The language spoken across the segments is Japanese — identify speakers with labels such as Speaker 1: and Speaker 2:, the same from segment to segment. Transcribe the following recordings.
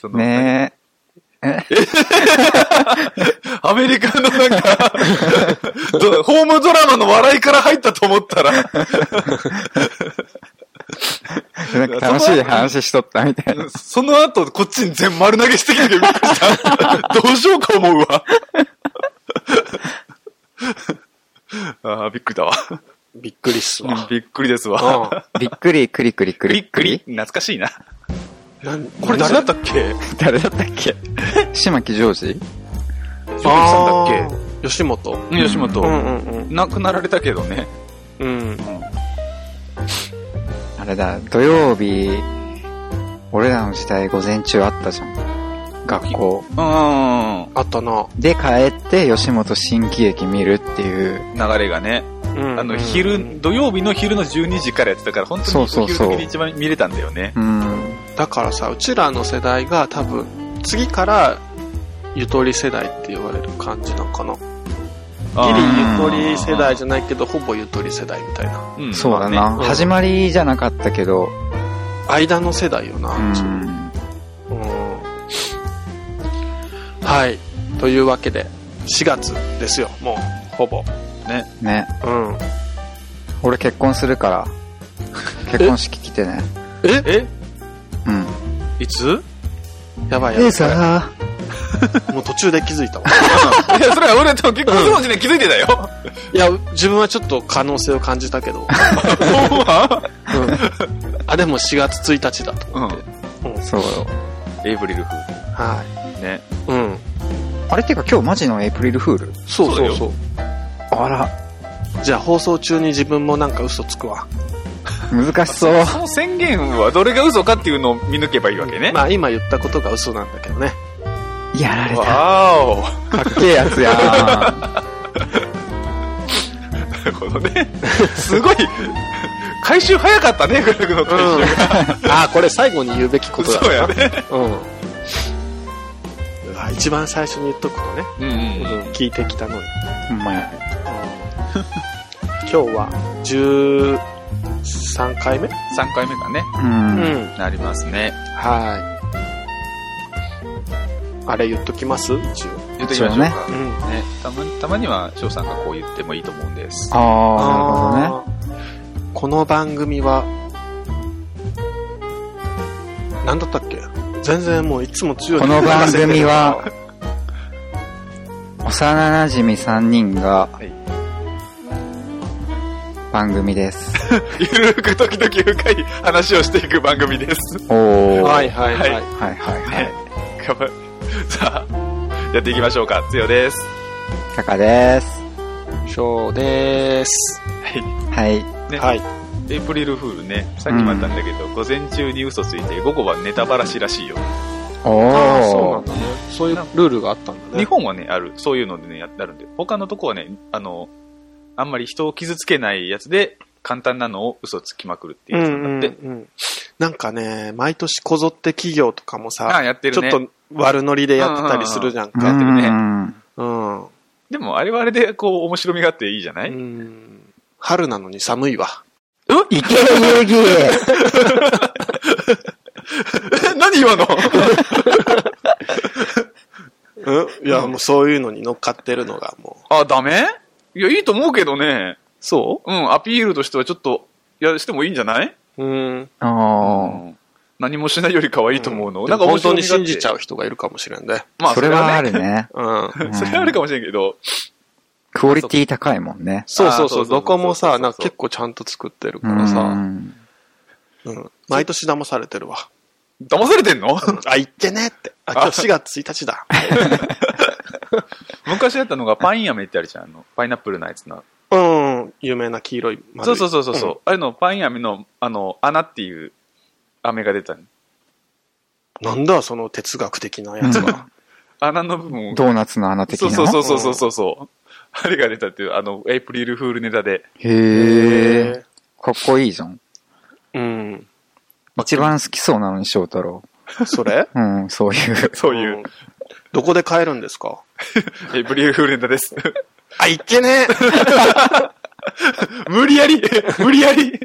Speaker 1: その
Speaker 2: ね
Speaker 1: アメリカのなん かどホームドラマの笑いから入ったと思ったら、
Speaker 2: え。なんか楽しい話しとったみたいな。
Speaker 1: その後こっちに全丸投げしてきてびっくり した。どうしようか思う わ。ああ、びっくりだわ。
Speaker 3: びっくりっすわ。
Speaker 1: びっくりですわ。
Speaker 3: う
Speaker 2: びっくり、くりくりく
Speaker 1: び
Speaker 2: り
Speaker 1: っくり懐かしいな。
Speaker 3: ん。 なんこれ誰だったっけ
Speaker 2: 誰だったっけ島木ジョージ
Speaker 1: ジョージさんだっ
Speaker 3: け吉本。
Speaker 1: けね吉
Speaker 3: う
Speaker 1: 本、
Speaker 3: んうん
Speaker 1: 亡くなられたけどね。
Speaker 3: うん。うん。
Speaker 2: あれだ、土曜日、俺らの時代午前中あったじゃん。学校。
Speaker 1: うん。
Speaker 3: あったな。
Speaker 2: で帰って吉本新喜劇見るっていう。
Speaker 1: 流れがね。
Speaker 3: うん
Speaker 1: あの、昼、土曜日の昼の12時からやってたから、本当に
Speaker 2: そ
Speaker 1: お
Speaker 2: うそう
Speaker 1: 昼
Speaker 2: そう
Speaker 1: 時に一番見れたんだよね。
Speaker 2: うん。
Speaker 3: だからさ、うちらの世代が多分、次から、ゆとり世代って言われる感じなんかな。ギリゆとり世代じゃないけど、ほぼゆとり世代みたいな。
Speaker 1: うん
Speaker 2: そうだ
Speaker 1: まあ
Speaker 2: な。
Speaker 1: ね
Speaker 3: うん
Speaker 2: 始まりじゃなかったけど、
Speaker 3: 間の世代よな。
Speaker 2: うん。
Speaker 3: うんはい。というわけで、4月ですよ、もう、ほぼ。
Speaker 2: ね。
Speaker 3: うん。
Speaker 2: 俺結婚する から、結婚式来てね。
Speaker 3: え
Speaker 1: え
Speaker 2: うん。
Speaker 1: いつ
Speaker 3: やばいやばい。
Speaker 2: さ
Speaker 3: もう途中で気づいたわ。
Speaker 1: いや、それは俺と結婚するのにね気づいてたよ。
Speaker 3: いや、自分はちょっと可能性を感じたけど。うんあ、でも4月1日だと思って。
Speaker 2: そう。
Speaker 1: エイブリルフ
Speaker 3: は
Speaker 1: ールね。
Speaker 3: い。うん。
Speaker 2: あれってか今日マジのエイプリルフール
Speaker 1: そう
Speaker 3: そうそ
Speaker 1: だ
Speaker 3: う
Speaker 1: よ
Speaker 3: そう。
Speaker 2: あら、
Speaker 3: じゃあ放送中に自分もなんか嘘つくわ。
Speaker 2: 難しそう。
Speaker 1: その宣言はどれが嘘かっていうのを見抜けばいいわけね。
Speaker 3: まあ今言ったことが嘘なんだけどね。
Speaker 2: やられた。
Speaker 1: わ
Speaker 2: かっけえやつやん。
Speaker 1: ーお。なるほどね。すごい、回収早かったね、グラグの回収 が。
Speaker 3: ああ、これ最後に言うべきことだな
Speaker 1: そうやね。
Speaker 3: うん。あ一番最初に言っとくとね、
Speaker 1: うんうん。
Speaker 3: 聞いてきたのに。
Speaker 2: ほんまや。
Speaker 3: 今日は13回目
Speaker 1: 3回目がね、
Speaker 2: うん。
Speaker 3: ん。
Speaker 1: なりますね。
Speaker 3: はい。あれ言っときます一応。
Speaker 1: 言っときましょうか。
Speaker 2: そ
Speaker 3: うん。
Speaker 1: ね、たまたまには翔さんがこう言ってもいいと思うんです。
Speaker 2: ああ、なるほどね。
Speaker 3: あーこの番組は、なんだったっけ全然もういつも強い。
Speaker 2: この番組は、幼馴染み3人が
Speaker 1: はい、
Speaker 2: 番組です。
Speaker 1: ゆるく時々深い話をしていく番組です。
Speaker 2: おー。
Speaker 3: は
Speaker 2: はいい
Speaker 3: はいはい。
Speaker 1: はい
Speaker 2: はいはい。
Speaker 1: 頑張るさあ、やっていきましょうか。つよです。
Speaker 2: タカです。
Speaker 3: ショーでーす。
Speaker 1: は
Speaker 2: はい。
Speaker 1: い。ね、
Speaker 3: はい。
Speaker 1: エイプリルフールね、さっきもあったんだけど、午前中に嘘ついて、午後はネタばらしらしいよ。
Speaker 2: お
Speaker 3: ああ、そうなん
Speaker 2: ー。
Speaker 3: だね。そういうルールがあったんだ
Speaker 1: 日
Speaker 3: ね。
Speaker 1: 本はね、ある、そういうのでね、やってあるんで、他のとこはね、あの、あんまり人を傷つけないやつで、簡単なのを嘘つきまくるっていうやつになって、
Speaker 3: ん。なんかね、毎年こぞって企業とかも
Speaker 1: ああ、
Speaker 3: さ、
Speaker 1: やって
Speaker 3: ち
Speaker 1: る
Speaker 3: ょ
Speaker 1: ね。
Speaker 3: っと悪ノリでやってたりするじゃん
Speaker 2: う
Speaker 3: か。
Speaker 1: るね
Speaker 2: ん
Speaker 3: うん。
Speaker 1: でも、あれはあれで、こう、面白みがあっていいじゃない、
Speaker 3: うん春なのに寒いわ。
Speaker 2: いける遊戯
Speaker 1: え 何今の
Speaker 3: うんいや、もうそういうのに乗っかってるのがもう。
Speaker 1: あ、ダメいや、いいと思うけどね。
Speaker 3: そ
Speaker 1: うん、アピールとしてはちょっと、いや、してもいいんじゃないう
Speaker 3: うん。
Speaker 2: あ
Speaker 1: 何もしないよりかはいいと思うの。
Speaker 3: で
Speaker 1: なん
Speaker 3: も
Speaker 1: か
Speaker 3: 本当に信じちゃ
Speaker 1: う。
Speaker 3: う人がいるかもしれんね。
Speaker 1: ま
Speaker 2: あ。
Speaker 1: あ、
Speaker 2: そ
Speaker 1: そ
Speaker 2: れ
Speaker 1: れ
Speaker 2: は
Speaker 1: は
Speaker 2: あ
Speaker 1: ね。
Speaker 2: るね。
Speaker 3: うん。
Speaker 2: う ん
Speaker 1: それはあるかもしれんけど、
Speaker 2: クオリティ高いもんね。
Speaker 3: そうそう
Speaker 1: そう
Speaker 3: そ。
Speaker 1: そううそう
Speaker 3: どこも
Speaker 1: そうそうそ
Speaker 3: さ、
Speaker 1: う
Speaker 3: なんか結構ちゃんと作って
Speaker 2: う
Speaker 3: るからさ。
Speaker 2: ん。
Speaker 3: うん。毎年騙されてるわ。
Speaker 1: 騙されてんの
Speaker 3: あ、行ってねって。あ、今日4月1日 だ。
Speaker 1: 昔やったのがパイン飴ってあるじゃん。あの、パイナップルのやつな。
Speaker 3: うん。有名な黄色い丸
Speaker 1: そう
Speaker 3: い。
Speaker 1: そう
Speaker 3: う。
Speaker 1: そうそう。うあれのパイン飴の、あの、穴っていう飴が出たの
Speaker 3: なんだ、その哲学的なやつは。
Speaker 1: 穴の部分を。
Speaker 2: ドーナツの穴的
Speaker 1: そ
Speaker 2: な。
Speaker 1: うそうそうそうそうそう。あれが出たっていう、あの、エイプリルフールネタで。
Speaker 2: へえ。かっこいいじゃん。
Speaker 3: え。うん。
Speaker 2: 一番好きそうなのに翔太郎。
Speaker 3: そ れ
Speaker 2: うん、そういう。
Speaker 1: そういう、
Speaker 3: ん。どこで買えるんですか
Speaker 1: エイプリルフールネタです。
Speaker 3: あ、行っ てね
Speaker 1: 無理やり無理やり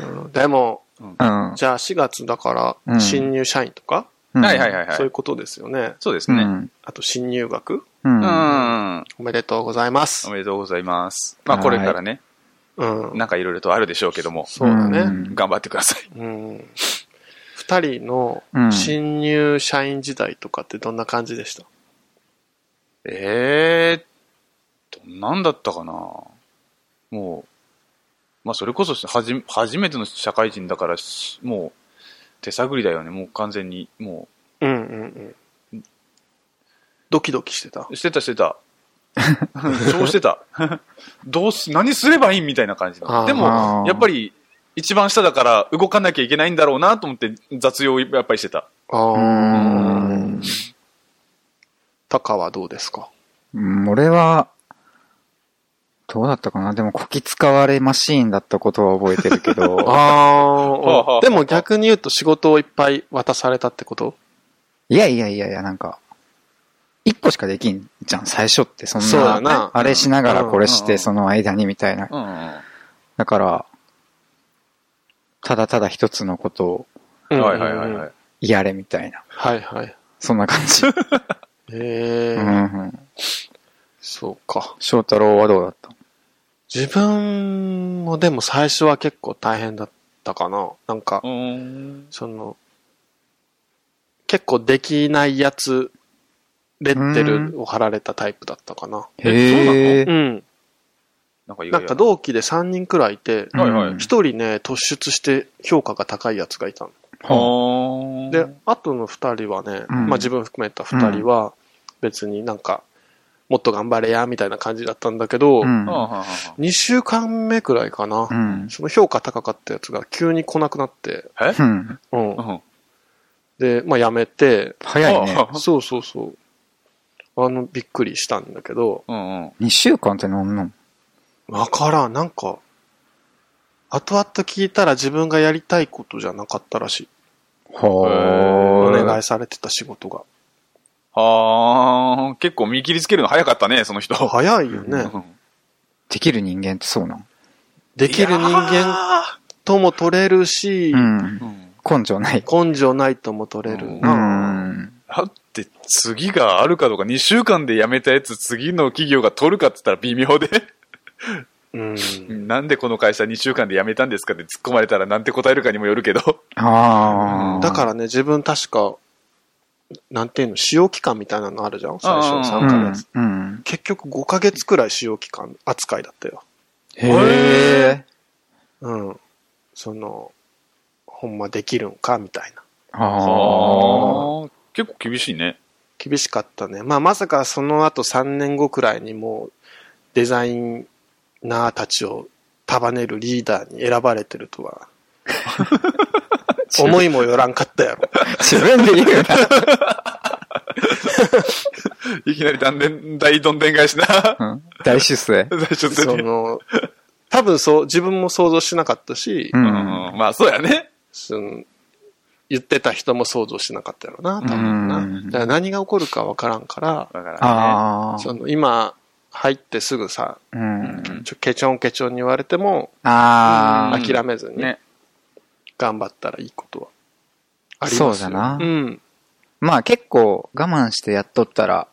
Speaker 3: うん。でも、
Speaker 2: うん。
Speaker 3: じゃあ4月だか
Speaker 2: う
Speaker 3: ら、
Speaker 2: ん
Speaker 3: 新入社員とか、
Speaker 2: うん
Speaker 1: はいはいはいはい。
Speaker 3: そ
Speaker 1: そう
Speaker 3: いううことですよね。
Speaker 1: ですね。
Speaker 2: うん。
Speaker 3: あと、新入学
Speaker 2: う。
Speaker 1: うんん。
Speaker 3: おめでとうございま
Speaker 1: お
Speaker 3: す。
Speaker 1: めでとうございます。まあ、これからね、
Speaker 3: うん。
Speaker 1: なんかいろいろとあるでしょうけども、
Speaker 3: そうだ
Speaker 2: う
Speaker 3: ね。
Speaker 2: ん
Speaker 1: 頑張ってください。
Speaker 3: うん。二人の
Speaker 2: うん
Speaker 3: 新入社員時代とかってどんな感じでした
Speaker 1: えー、どんなんだったかなもう、まあ、それこそはじ、初めての社会人だからし、もう、手探りだよね。もう完全に、も
Speaker 3: うんうんうん。ドキドキしてた。
Speaker 1: う、してたしてた。 そうしてた。どうす、何すればいいみたいな感じ
Speaker 3: あー
Speaker 1: の。でも
Speaker 2: あ、ー
Speaker 1: やっぱり、一番下だから動かなきゃいけないんだろうなと思って雑用をやっぱりしてた。
Speaker 3: あ
Speaker 2: う
Speaker 3: あ。
Speaker 2: ん
Speaker 3: タカはどうですか
Speaker 2: うん俺は、どうだったかなでも、こき使われマシーンだったことは覚えてる けど、
Speaker 1: はあは
Speaker 3: あ
Speaker 1: あ
Speaker 3: あ。でも逆に言うと仕事をいっぱい渡されたってこと
Speaker 2: いやいやいやいや、なんか、一個しかできんじゃん、最初って、そん
Speaker 3: そう
Speaker 2: な、
Speaker 3: だな。
Speaker 2: あれしながらこれし
Speaker 1: うんうんう
Speaker 2: て、
Speaker 1: ん
Speaker 2: その間にみたいな。
Speaker 1: うんうんうん。
Speaker 2: だから、ただただ一つのことを
Speaker 3: うん
Speaker 1: はいはいはいはい。
Speaker 2: やれみたいな。
Speaker 3: はいはい。
Speaker 2: そんな感じ。
Speaker 3: え
Speaker 2: う
Speaker 3: え
Speaker 2: んうん。
Speaker 3: そうか。
Speaker 2: 翔太郎はどうだった
Speaker 3: 自分もでも最初は結構大変だったかな。なんか
Speaker 1: う、ーん。
Speaker 3: その、結構できないやつ、レッテルを貼られたタイプだったかな。
Speaker 1: へ
Speaker 2: え
Speaker 3: う。ん。
Speaker 1: なんか意外
Speaker 3: なん
Speaker 1: や
Speaker 3: か同期で3人くらいいて、
Speaker 2: うん
Speaker 1: はいはい
Speaker 2: うん
Speaker 3: 一人ね、突出して評価が高いやつがいたの。
Speaker 1: はあ。
Speaker 3: で、あとの二人はね、
Speaker 2: うん
Speaker 3: まあ自分含めた二人は、別になんか、もっと頑張れや、みたいな感じだったんだけど、
Speaker 2: うん
Speaker 1: はあはあはあ
Speaker 3: 2週間目くらいかな、
Speaker 2: うん。
Speaker 3: その評価高かったやつが急に来なくなって、
Speaker 1: え
Speaker 2: うん。
Speaker 3: うん
Speaker 1: うん
Speaker 3: で、まあ辞めて、
Speaker 2: 早いね。
Speaker 1: ああ
Speaker 3: そうそうそう、あの、びっくりしたんだけど、
Speaker 1: うんうん。
Speaker 2: 2週間って飲んの
Speaker 3: わからん、なんか、後々聞いたら自分がやりたいことじゃなかったらしい。
Speaker 2: ほ
Speaker 3: お
Speaker 1: へー
Speaker 3: 願いされてた仕事が。
Speaker 1: はあ、結構見切りつけるの早かったね、その人。
Speaker 3: 早いよね。
Speaker 2: できる人間ってそうなの
Speaker 3: できる人間
Speaker 1: 間。
Speaker 3: とも取れるし、
Speaker 2: うん。
Speaker 1: うん
Speaker 2: 根性ない。
Speaker 3: 根性ないとも取れる
Speaker 2: う
Speaker 3: な。
Speaker 2: ん。
Speaker 1: だって、次があるかどうか、2週間で辞めたやつ、次の企業が取るかって言ったら微妙で、
Speaker 3: うん。
Speaker 1: なんでこの会社2週間で辞めたんですかって突っ込まれたら、なんて答えるかにもよるけど。
Speaker 2: ああ。
Speaker 3: だからね、自分確か、なんていうの、使用期間みたいなのあるじゃん最初
Speaker 1: あー
Speaker 3: 3ヶ月。
Speaker 2: うん。うん。
Speaker 3: 結局5ヶ月くらい使用期間扱いだったよ。
Speaker 2: へ
Speaker 1: へ
Speaker 2: え。
Speaker 3: うん。その、ほんまできるんかみたいな。
Speaker 2: ああ。
Speaker 1: はあ結構厳しいね。
Speaker 3: 厳しかったね。まあまさかその後3年後くらいにもうデザイナーたちを束ねるリーダーに選ばれてると は、思いもよらんかったや ろ。
Speaker 2: 自分で言う
Speaker 1: いきなり断然、大どんでん返しな。
Speaker 2: な。 うん大出世。
Speaker 1: 最初
Speaker 3: そ
Speaker 1: に。
Speaker 3: の、多分そう、自分も想像しなかったし、
Speaker 2: う。
Speaker 1: うんんまあ、そうやね。
Speaker 3: その言ってた人も想像しなかったやろな、多分
Speaker 2: う
Speaker 3: な。
Speaker 2: ん
Speaker 3: だから何が起こるかわからんから、
Speaker 1: だからね。
Speaker 2: ああ。
Speaker 3: その今入ってすぐさ、
Speaker 2: うん。
Speaker 3: ちょケチョンケチョンに言われても
Speaker 2: ああ
Speaker 1: うん。
Speaker 3: 諦めずに
Speaker 1: ね
Speaker 3: 頑張ったらいいことはありますよ
Speaker 2: そうだな
Speaker 3: うん。
Speaker 2: まあ結構我慢してやっとったら、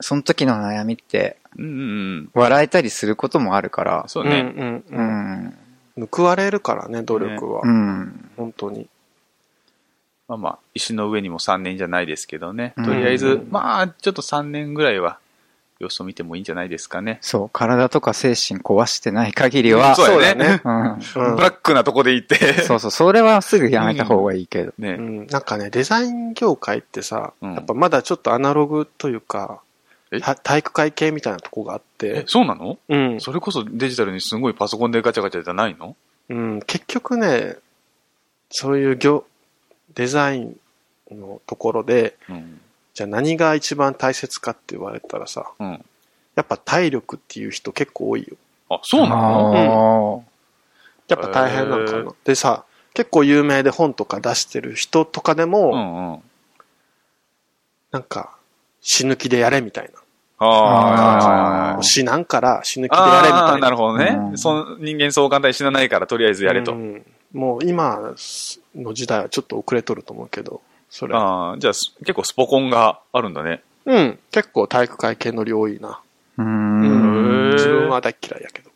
Speaker 2: その時の悩みって
Speaker 1: うんうんうん。
Speaker 2: 笑えたりすることもあるから。
Speaker 1: そうね。
Speaker 3: うん
Speaker 2: う
Speaker 3: うん
Speaker 2: ん。
Speaker 3: うん。報われるからね、努力は。
Speaker 2: うん。
Speaker 3: 本当に。
Speaker 1: まあまあ、石の上にも3年じゃないですけどね。
Speaker 2: うん
Speaker 1: とりあえず、まあ、ちょっと3年ぐらいは、様子を見てもいいんじゃないですかね。
Speaker 2: そう、体とか精神壊してない限りは、
Speaker 1: そうやね
Speaker 3: だね。
Speaker 2: うん。
Speaker 3: うん
Speaker 1: ブラックなとこで行って。
Speaker 2: そうそう、それはすぐやめた方がいいけど。
Speaker 1: ね、
Speaker 3: うん、なんかね、デザイン業界ってさ、
Speaker 1: うん
Speaker 3: やっぱまだちょっとアナログというか、
Speaker 1: え
Speaker 3: た体育会系みたいなとこがあっ
Speaker 1: え
Speaker 3: て、
Speaker 1: そうなの
Speaker 3: うん、
Speaker 1: それこそデジタルにすごいパソコンでガチャガチャじゃないの
Speaker 3: うん、結局ね、そういう業、デザインのところで、
Speaker 1: うん。
Speaker 3: じゃあ何が一番大切かって言われたらさ、
Speaker 1: うん。
Speaker 3: やっぱ体力っていう人結構多いよ。
Speaker 1: あ、そうなの
Speaker 2: の
Speaker 3: やっぱ大変なんかな。
Speaker 1: へー
Speaker 3: でさ、結構有名で本とか出してる人とかでも、
Speaker 1: うんうん。
Speaker 3: なんか、死ぬ気でやれみたいな。
Speaker 1: あああ、はいはいはい。
Speaker 3: 死なんから死ぬ気でやれみ
Speaker 1: あ
Speaker 3: た
Speaker 1: あ、
Speaker 3: い
Speaker 1: な
Speaker 3: な。
Speaker 1: るほどね。
Speaker 2: うん
Speaker 1: その人間相関体死なないから、とりあえずやれと。
Speaker 3: うんもう今の時代はちょっと遅れとると思うけど、それ。
Speaker 1: ああ、じゃあ、す結構スポコンがあるんだね。
Speaker 3: うん。結構体育会系の量多いな。
Speaker 2: うー。
Speaker 3: うん
Speaker 1: へー
Speaker 3: ん。自分は大っ嫌いやけど。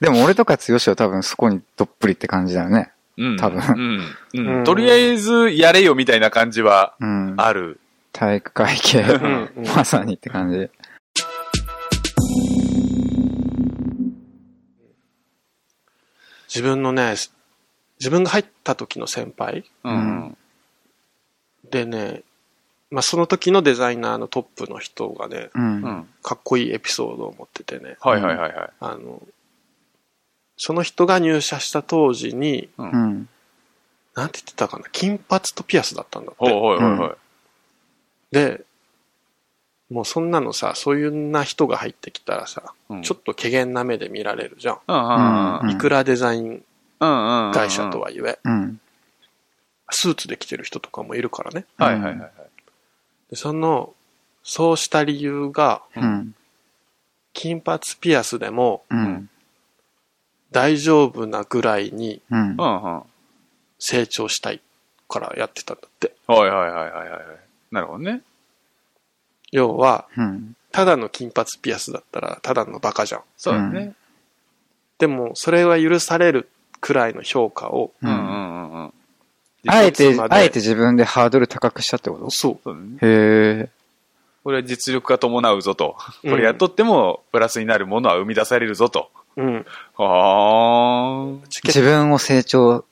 Speaker 2: でも俺とか剛は多分そこにどっぷりって感じだよね。
Speaker 1: うん。
Speaker 2: 多分
Speaker 1: うん。うん。
Speaker 3: うん
Speaker 1: とりあえず、やれよみたいな感じは
Speaker 2: うん。
Speaker 1: ある。
Speaker 2: 体育会系
Speaker 3: んうん。
Speaker 2: まさにって感じ。
Speaker 3: 自分のね、自分が入った時の先輩
Speaker 1: う
Speaker 2: うんん。
Speaker 3: でね、まあ、その時のデザイナーのトップの人がね、
Speaker 2: う。
Speaker 1: うんん。
Speaker 3: かっこいいエピソードを持っててね、
Speaker 1: はいはいはいはい。
Speaker 3: あの、その人が入社した当時に、
Speaker 2: う
Speaker 1: うん。
Speaker 2: ん。
Speaker 3: なんて言ってたかな、金髪とピアスだったんだっ
Speaker 1: ほう
Speaker 3: て。
Speaker 1: ほいほいほい。
Speaker 3: で、もうそんなのさ、そういうな人が入ってきたらさ、
Speaker 1: うん
Speaker 3: ちょっと怪げな目で見られるじゃん。
Speaker 1: うんうんうん
Speaker 2: ん
Speaker 3: いくらデザイン
Speaker 1: うんうん。
Speaker 3: 会社とは言え、
Speaker 2: うん。
Speaker 3: スーツで着てる人とかもいるからね。
Speaker 1: はいはいはいはい。
Speaker 3: でその、そうした理由が、
Speaker 2: うん。
Speaker 3: 金髪ピアスでも
Speaker 2: うん。
Speaker 3: 大丈夫なぐらいに
Speaker 2: うん
Speaker 1: う。んうん。
Speaker 3: 成長したいからやってたんだって。
Speaker 1: はいはいはいはいはい。なるほどね。
Speaker 3: 要は、
Speaker 2: うん。
Speaker 3: ただの金髪ピアスだったらただのバカじゃん。
Speaker 1: そうだね。
Speaker 3: でも、それは許されるくらいの評価を、
Speaker 1: う
Speaker 2: うんん
Speaker 1: うんうんうん。
Speaker 2: あえ
Speaker 3: いく
Speaker 2: て、
Speaker 3: つまで
Speaker 2: あえて自分でハードル高くしたってこと
Speaker 3: そ
Speaker 1: そうだね。
Speaker 2: へえ。
Speaker 1: これは実力が伴うぞと。
Speaker 3: う。
Speaker 1: これやっとっても、プラスになるものは生み出されるぞと。
Speaker 3: うん。うん。
Speaker 1: ああ。
Speaker 3: チケッ
Speaker 2: 自分を成長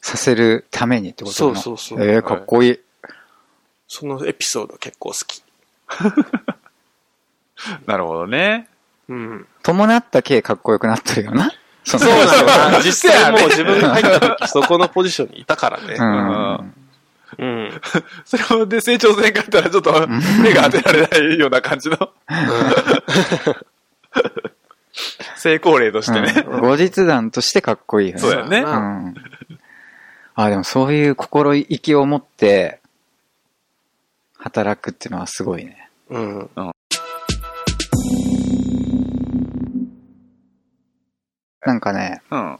Speaker 2: させるためにって
Speaker 3: ト。
Speaker 2: こと
Speaker 3: そう
Speaker 2: な
Speaker 3: そうそう。
Speaker 2: ええ、かっこいい。
Speaker 3: そのエピソード結構好き。
Speaker 1: なるほどね。
Speaker 3: うん。
Speaker 2: 伴った系かっこよくなってるよ な。そ
Speaker 3: そうなのよ。 実際もう自分が入った時、そこのポジションにいたからね。
Speaker 1: ん
Speaker 2: うん。
Speaker 3: うん。うん
Speaker 1: それで成長せんかったら、ちょっと目が当てられないような感じの成功例としてね。
Speaker 2: うん後日談としてかっこいいよね。
Speaker 1: そうだよね
Speaker 2: う
Speaker 3: な。
Speaker 2: ん。あ、でもそういう心意気を持って、働くっていうのはすごいね。
Speaker 3: うん。
Speaker 2: なんかね、
Speaker 1: うん。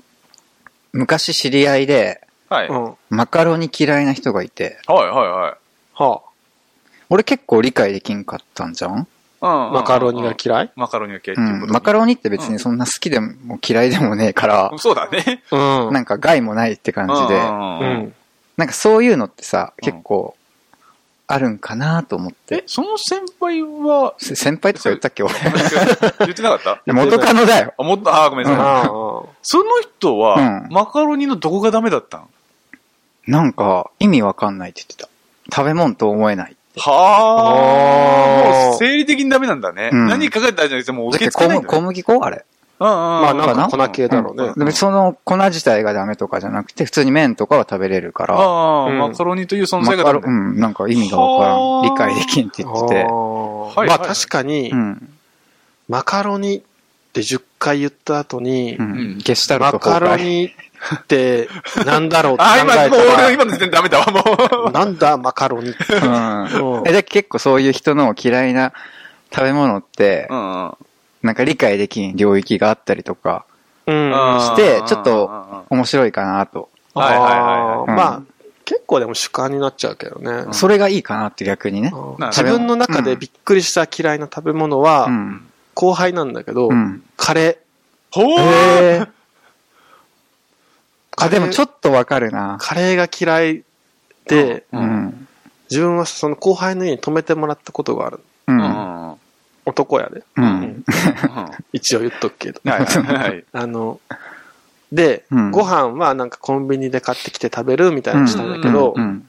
Speaker 2: 昔知り合いで、
Speaker 1: はい。
Speaker 3: う
Speaker 1: はい
Speaker 3: ん。は
Speaker 2: マカロニ嫌いな人がいて、
Speaker 1: は
Speaker 3: あ。
Speaker 2: 俺結構理解できんかったんじゃん
Speaker 1: いはい。
Speaker 3: マカロニが嫌い
Speaker 1: マカロニが嫌いって
Speaker 2: う
Speaker 1: いうこ
Speaker 2: ん。
Speaker 1: と。
Speaker 2: マカロニって別にそんな好きでも嫌いでもねえから、
Speaker 1: そうだね。
Speaker 3: うん。
Speaker 2: なんか害もないって感じで、
Speaker 3: う
Speaker 1: で。
Speaker 3: ん。
Speaker 2: なんかそういうのってさ、
Speaker 1: うん
Speaker 2: 結構、あるんかなと思っ
Speaker 1: え
Speaker 2: て、。
Speaker 1: その先輩は、
Speaker 2: せ先輩とか言ったっけ俺。
Speaker 1: 言ってなかった
Speaker 2: 元カノだよ。
Speaker 1: あ、もっと、あー、ごめんなさい。
Speaker 3: ああ。
Speaker 1: その人は、
Speaker 2: うん
Speaker 1: マカロニのどこがダメだったん
Speaker 2: なんか、意味わかんないって言ってた。食べ物と思えない。
Speaker 1: はあ。
Speaker 3: あー
Speaker 1: もう生理的にダメなんだね。
Speaker 2: うん
Speaker 1: 何かが大事なんですよ。もう
Speaker 2: だっ
Speaker 1: 受け
Speaker 2: て
Speaker 1: 付け
Speaker 2: 小
Speaker 1: ない
Speaker 2: 麦
Speaker 1: んだね。
Speaker 2: 小麦粉あれ。
Speaker 1: うんうんうん。
Speaker 3: まあな
Speaker 2: かなん
Speaker 3: か粉系だろうね。
Speaker 2: でもその粉自体がダメとかじゃなくて、普通に麺とかは食べれるから、
Speaker 1: ああ、
Speaker 3: うん
Speaker 1: マカロニという存在
Speaker 2: マ
Speaker 1: が
Speaker 2: カ
Speaker 1: ダメ
Speaker 2: ロ
Speaker 1: だ
Speaker 2: うん、なんか意味がわから
Speaker 1: は
Speaker 2: ん。
Speaker 1: あ
Speaker 2: 理解できんって言ってて。
Speaker 3: あ
Speaker 1: は
Speaker 3: あ
Speaker 1: い
Speaker 3: まあ
Speaker 1: はい
Speaker 3: 確かに
Speaker 2: う、ん。
Speaker 3: マカロニって10回言った後に
Speaker 2: う、
Speaker 1: うん
Speaker 2: ん。ゲシュタル
Speaker 3: マ
Speaker 2: ト
Speaker 3: カ
Speaker 2: 崩
Speaker 3: ロ
Speaker 2: 壊。
Speaker 3: ニってなんだろうって考
Speaker 1: ああ、今、
Speaker 3: え
Speaker 1: もう俺
Speaker 3: た
Speaker 1: の
Speaker 3: ら
Speaker 1: 今の時点でダメだわ、もう。
Speaker 3: なんだマカロニって。
Speaker 2: うん。え、だから結構そういう人の嫌いな食べ物って、
Speaker 1: んうん。
Speaker 2: なんか理解できん領域があったりとか、
Speaker 3: うん。
Speaker 2: し
Speaker 1: して
Speaker 2: ちょっと
Speaker 1: は
Speaker 2: 面白いかなと。
Speaker 1: いはいは
Speaker 2: うん
Speaker 3: まあ、結構でも主観になっちゃうけどね。
Speaker 2: それがいいかなって逆にね。
Speaker 1: な
Speaker 3: 自分の中でびっくりした嫌いな食べ物は
Speaker 2: う、
Speaker 1: ん
Speaker 2: ん。
Speaker 3: 後輩なんだけど
Speaker 2: う、ん。
Speaker 3: カレー。
Speaker 1: いはい。ほー
Speaker 2: へえ。あ、でもちょっとわかるな。
Speaker 3: カレーが嫌いで、
Speaker 1: う
Speaker 2: うんん。
Speaker 3: 自分はその後輩の家に泊めてもらったことがある。
Speaker 2: う。
Speaker 1: うんん。うん。
Speaker 3: 男やで。
Speaker 2: う。
Speaker 3: うんん
Speaker 1: は
Speaker 3: 一応言っとくけど
Speaker 1: い。はい はい。
Speaker 3: あの、で、
Speaker 2: うん
Speaker 3: ご飯はなんかコンビニで買ってきて食べるみたいなのしたんだけど、
Speaker 2: うん。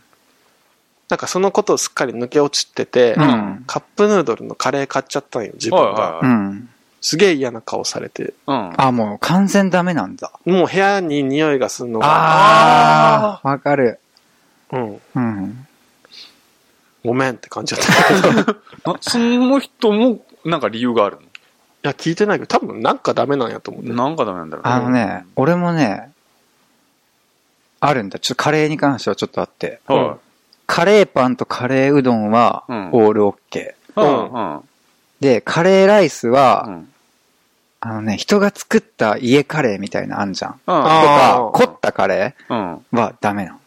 Speaker 3: なんかそのことをすっかり抜け落ちてて、
Speaker 2: う
Speaker 3: カップヌードルのカレー買っちゃったんよ、自分が。
Speaker 1: はいはい。
Speaker 2: ん。
Speaker 3: すげえ嫌な顔されて。
Speaker 1: うん。
Speaker 2: あ、もう完全ダメなんだ。
Speaker 3: もう部屋に匂いがするのが、
Speaker 1: あ
Speaker 2: ああ、わかる。
Speaker 3: うん、
Speaker 2: うん。
Speaker 3: ごめんって感じだったけど。い
Speaker 1: あその人も、なんか理由がある
Speaker 3: や、聞いてないけど、多分なんかダメなんやと思う
Speaker 1: の
Speaker 3: ね。
Speaker 1: なんかダメなんだろうね
Speaker 2: あのね、俺もね、あるんだ。ちょっとカレーに関してはちょっとあって。
Speaker 1: は
Speaker 2: カレーパンとカレーうどんは
Speaker 1: うん
Speaker 2: オールオッケー。
Speaker 1: うん。うん。
Speaker 2: で、カレーライスは、
Speaker 1: うん。
Speaker 2: あのね、人が作った家カレーみたいなのあんじゃん。と
Speaker 1: あ
Speaker 2: か
Speaker 3: あ、ー
Speaker 2: 凝ったカレ
Speaker 1: うん。
Speaker 2: ーはダメなの。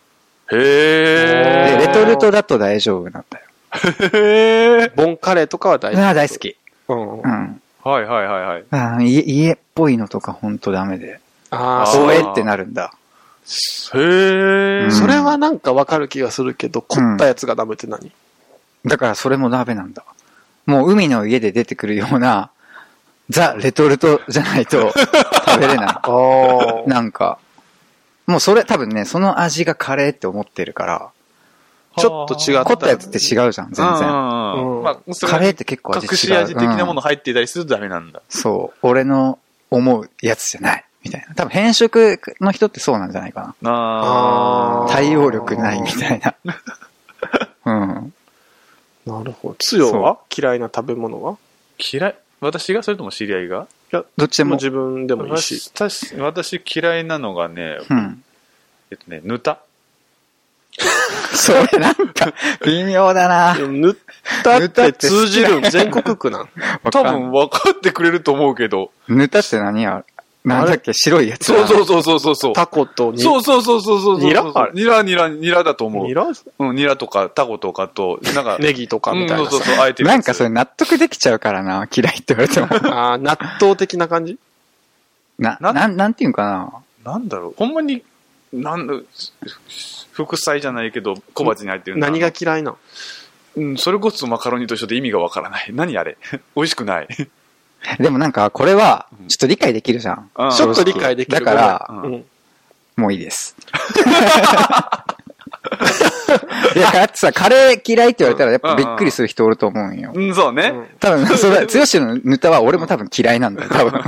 Speaker 1: へ
Speaker 2: で、
Speaker 1: ー。
Speaker 2: レトルトだと大丈夫なんだよ。
Speaker 1: へー。
Speaker 3: ボンカレーとかは大
Speaker 2: あ
Speaker 3: 丈
Speaker 2: あ、大好き。
Speaker 3: 夫。うん
Speaker 2: う。ん。
Speaker 1: はいはいはいはい。
Speaker 2: あ家、家っぽいのとかほんとダメで。
Speaker 3: あ
Speaker 1: ー
Speaker 3: あ、
Speaker 2: そ
Speaker 3: そうう
Speaker 2: えってなるんだ。
Speaker 1: へ
Speaker 2: う
Speaker 1: ー。
Speaker 2: ん
Speaker 3: それはなんかわかる気がするけど、凝ったやつがダメって何
Speaker 2: だからそれもダメなんだ。もう海の家で出てくるような、ザ・レトルトじゃないと食べれな
Speaker 3: ああ
Speaker 2: い。。なんか、もうそれ多分ね、その味がカレーって思ってるから、
Speaker 3: ちょっと違う
Speaker 1: はあ
Speaker 2: 凝ったやつって違うじゃん、全
Speaker 1: うん
Speaker 2: 然。
Speaker 1: うんう。
Speaker 3: うんん
Speaker 1: まあ、それ
Speaker 2: カ
Speaker 1: は
Speaker 2: レーって結構味違う。
Speaker 1: 隠し味的なも
Speaker 2: うん
Speaker 1: の入っていたりするとダメなんだ。
Speaker 2: そう、俺の思うやつじゃない。みたいな。多分変色の人ってそうなんじゃないかな。
Speaker 1: あ
Speaker 3: あー
Speaker 1: ー。
Speaker 2: 対応力ないみたい な。うん。
Speaker 3: なるほど。つよは嫌いな食べ物は
Speaker 1: 嫌い。私がそれとも知り合いが
Speaker 3: いや、
Speaker 2: どっちで
Speaker 3: も
Speaker 2: も。
Speaker 3: 自分でもいいし。
Speaker 1: 私私私嫌いなのがね、
Speaker 2: うん。
Speaker 1: えっとね、ぬた。
Speaker 2: それなんか、微妙だな
Speaker 3: で。も塗った
Speaker 2: 塗っ
Speaker 3: った
Speaker 2: ってて
Speaker 3: 通じるん全国区なん。
Speaker 1: 多分分かってくれると思うけど。
Speaker 2: ぬたって何やなんだっけ白いやつ。
Speaker 1: そうそうそうそうそうそう。
Speaker 3: タコとに
Speaker 1: そうそうそうそうそうそう。
Speaker 3: ニラあれ
Speaker 1: ニラ、ニラ、ニラだと思う
Speaker 3: ニ。ラ
Speaker 1: うん、ニラとかタコとかと、なん か、
Speaker 3: ネギとかみたい
Speaker 1: うん
Speaker 3: な
Speaker 1: そう
Speaker 3: さ。
Speaker 1: そうそう、あえてるや
Speaker 2: な
Speaker 1: つ
Speaker 2: んかそれ納得できちゃうからな。嫌いって言われ ても。
Speaker 3: ああ、納豆的な感じ
Speaker 2: な、
Speaker 1: な
Speaker 2: なん、なんていうんかな。
Speaker 1: なんだろう、ほんまに、なんだ、副菜じゃないけど、小鉢に入ってるんだ
Speaker 3: 何が嫌いなの
Speaker 1: うん、それこそマカロニと一緒で意味がわからない。 何あれ美味しくない。
Speaker 2: でもなんか、これは
Speaker 1: う、ん
Speaker 2: ちょっと理解できるじゃん。
Speaker 1: うん
Speaker 3: ちょっと理解でき
Speaker 2: だ
Speaker 3: る。
Speaker 2: から、
Speaker 1: ご
Speaker 3: ご
Speaker 1: め
Speaker 3: め
Speaker 1: ん
Speaker 3: ん、
Speaker 1: う
Speaker 3: うん
Speaker 2: もういい です。いや、だってさ、カレー嫌いって言われたらやっぱびっくりする人おると思うんよ。
Speaker 1: うん、そうね。
Speaker 3: うん
Speaker 2: 多分、それ、つよしのヌタは俺も多分嫌いなんだよ、多分。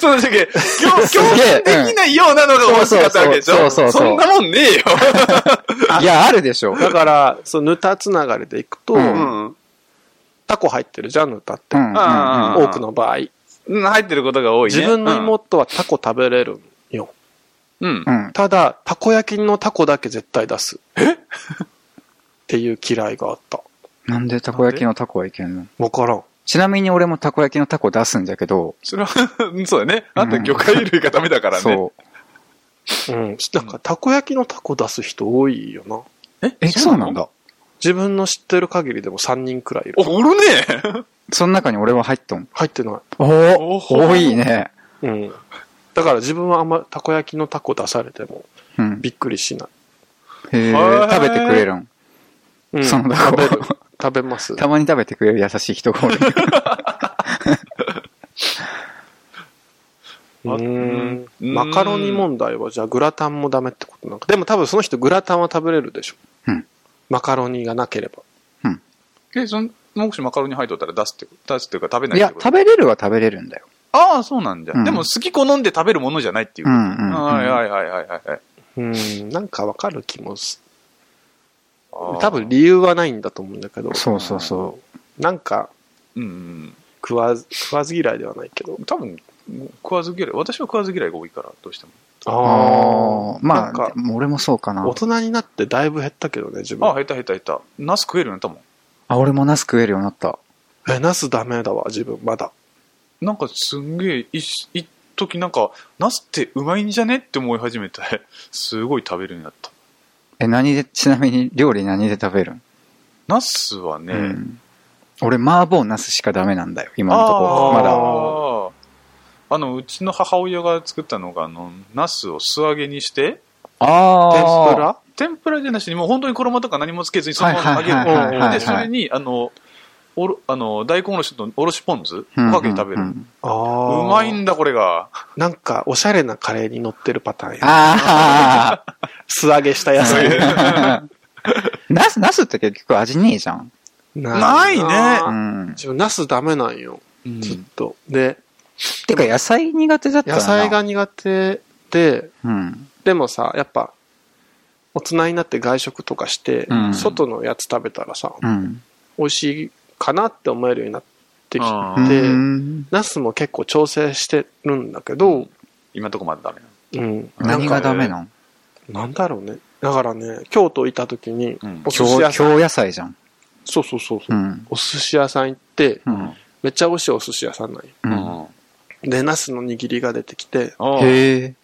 Speaker 1: その時、 共
Speaker 2: す
Speaker 1: 共
Speaker 2: げえ
Speaker 1: 感できないようなのが面白かったわけでしょ
Speaker 2: そうそうそうそうそうん
Speaker 1: なもんねえよ。
Speaker 2: いや、あるでしょ。
Speaker 3: だから、そのヌタつながりでいくと、
Speaker 2: うん
Speaker 1: うん。
Speaker 3: タコ入ってるじゃん、ヌタって。
Speaker 2: うん。うん
Speaker 1: あ
Speaker 3: 多くの場合。
Speaker 1: うん入ってることが多いね。
Speaker 3: 自分の妹はタコ食べれるんよ。
Speaker 1: うん。
Speaker 2: うん。うん
Speaker 3: ただ、たこ焼きのタコだけ絶対出す。えっていう嫌いがあった。
Speaker 2: なんでたこ焼きのタコはいけんの
Speaker 3: わからん。
Speaker 2: ちなみに俺もたこ焼きのタコ出すんだけど、
Speaker 1: それは、 うんそうだね。あんた
Speaker 2: うん
Speaker 1: 魚介類がダメだからね。
Speaker 2: そ
Speaker 3: うん。なんか、たこ焼きのタコ出す人多いよな。
Speaker 1: え
Speaker 2: う。え、そうなん。だ。
Speaker 3: 自分の知ってる限りでも3人くらいいる。
Speaker 1: お、おるね
Speaker 2: その中に俺は入っとん。
Speaker 3: 入ってない。
Speaker 2: お
Speaker 1: お
Speaker 2: お
Speaker 1: ほ
Speaker 2: 多いね。
Speaker 3: うん。だから自分はあんまたこ焼きのタコ出されても
Speaker 2: うん。
Speaker 3: びっくりしない。
Speaker 2: へえ
Speaker 1: は、い
Speaker 2: 食べてくれるん。
Speaker 3: うん、
Speaker 2: そのタ
Speaker 3: 食
Speaker 2: コ
Speaker 3: べる。食べます。
Speaker 2: たまに食べてくれる優しい人がおる。
Speaker 3: う
Speaker 1: うん
Speaker 3: ん。マカロニ問題はじゃあグラタンもダメってことなんか。でも多分その人グラタンは食べれるでしょ。
Speaker 2: うん
Speaker 3: マカロニがなければ。
Speaker 1: え、その、もしマカロニ入っとったら出すって、出すっていうか食べない
Speaker 2: い
Speaker 1: って
Speaker 2: や、
Speaker 1: こと
Speaker 2: 食べれるは食べれるんだよ。
Speaker 1: ああ、そうなんじゃ。
Speaker 2: うん
Speaker 1: でも好き好んで食べるものじゃないっていうこ
Speaker 2: う
Speaker 1: と。
Speaker 2: んうんうん。
Speaker 1: はいはいはいはいはいはい。
Speaker 3: うん。なんかわかる気もす。
Speaker 1: ああ
Speaker 3: 多分、理由はないんだと思うんだけど。
Speaker 2: そうそうそ
Speaker 3: なんか
Speaker 1: うん
Speaker 3: 食わず、食わず嫌いではないけど
Speaker 1: う。ん。多分、食わず嫌い。私は食わず嫌いが多いから、どうしても。
Speaker 2: う。ああ、ま
Speaker 3: なん
Speaker 2: あ、
Speaker 3: か
Speaker 2: でも俺もそうかな
Speaker 3: 大。人になってだいぶ減ったけどね、自分。
Speaker 1: ああ、減った減った減った。ナス食えるようになったも
Speaker 2: あ、俺もナス食えるようになった。
Speaker 3: え、ナスダメだわ、自分、まだ。
Speaker 1: ん。なんかすんげえ、一一時なんか、ナスってうまいんじゃねって思い始めて、 すごい食べるようになった。
Speaker 2: え、何で、ちなみに料理何で食べるん
Speaker 1: ナスはね、
Speaker 2: うん俺、麻婆ナスしかダメなんだよ、今のと
Speaker 1: あ
Speaker 2: こ
Speaker 1: あ、
Speaker 2: まだ。
Speaker 1: だ。あの、うちの母親が作ったのが、あの、ナスを素揚げにして、
Speaker 3: 天
Speaker 2: ああ。
Speaker 3: ぷら
Speaker 1: 天ぷらじゃなしに、もう本当に衣とか何もつけずにそのまま揚げる。
Speaker 2: はいはい
Speaker 3: はいはいはい
Speaker 1: で、それに、あの、おろあの大根おろしとおろしポン酢を
Speaker 2: うん
Speaker 1: かけて食べる。
Speaker 2: う
Speaker 1: うん
Speaker 2: うん
Speaker 3: ああ。
Speaker 1: まいんだ、これが。
Speaker 3: なんか、おしゃれなカレーに乗ってるパターンや。
Speaker 2: あ
Speaker 3: 素揚げした野
Speaker 1: そう
Speaker 3: 菜。
Speaker 2: あ。 ナス、ナスって結局味ねえじゃん。
Speaker 1: ないね
Speaker 3: な
Speaker 2: う
Speaker 3: あ
Speaker 2: ん。
Speaker 3: 自分、ナスダメなんよ、
Speaker 1: うん
Speaker 3: ずっと。で、
Speaker 2: てか野菜苦手だったら
Speaker 3: 野
Speaker 2: な
Speaker 3: 菜が苦手で、
Speaker 2: うん。
Speaker 3: でもさ、やっぱ、大人になって外食とかして
Speaker 2: う、ん
Speaker 3: 外のやつ食べたらさ、
Speaker 2: うん。
Speaker 3: 美味しいかなって思えるようになってき
Speaker 1: あ
Speaker 2: う
Speaker 1: ー
Speaker 3: て、
Speaker 2: ん
Speaker 3: ナスも結構調整してるんだけど、
Speaker 1: 今のとこまでダメな
Speaker 3: うん。なん
Speaker 2: 何
Speaker 3: か
Speaker 2: がダメなん
Speaker 3: なんだろうね。だからね、京都いた時に
Speaker 1: うん、
Speaker 3: お寿司
Speaker 2: 京
Speaker 3: 屋さん、
Speaker 2: 京野菜じゃん。
Speaker 3: そうそうそうそうう。
Speaker 2: ん。
Speaker 3: お寿司屋さん行って、
Speaker 2: うん。
Speaker 3: めっちゃ美味しいお寿司屋さんなんよ。
Speaker 2: うん。
Speaker 1: うん
Speaker 3: で、茄子の握りが出てきて、
Speaker 1: ああ
Speaker 2: へえ。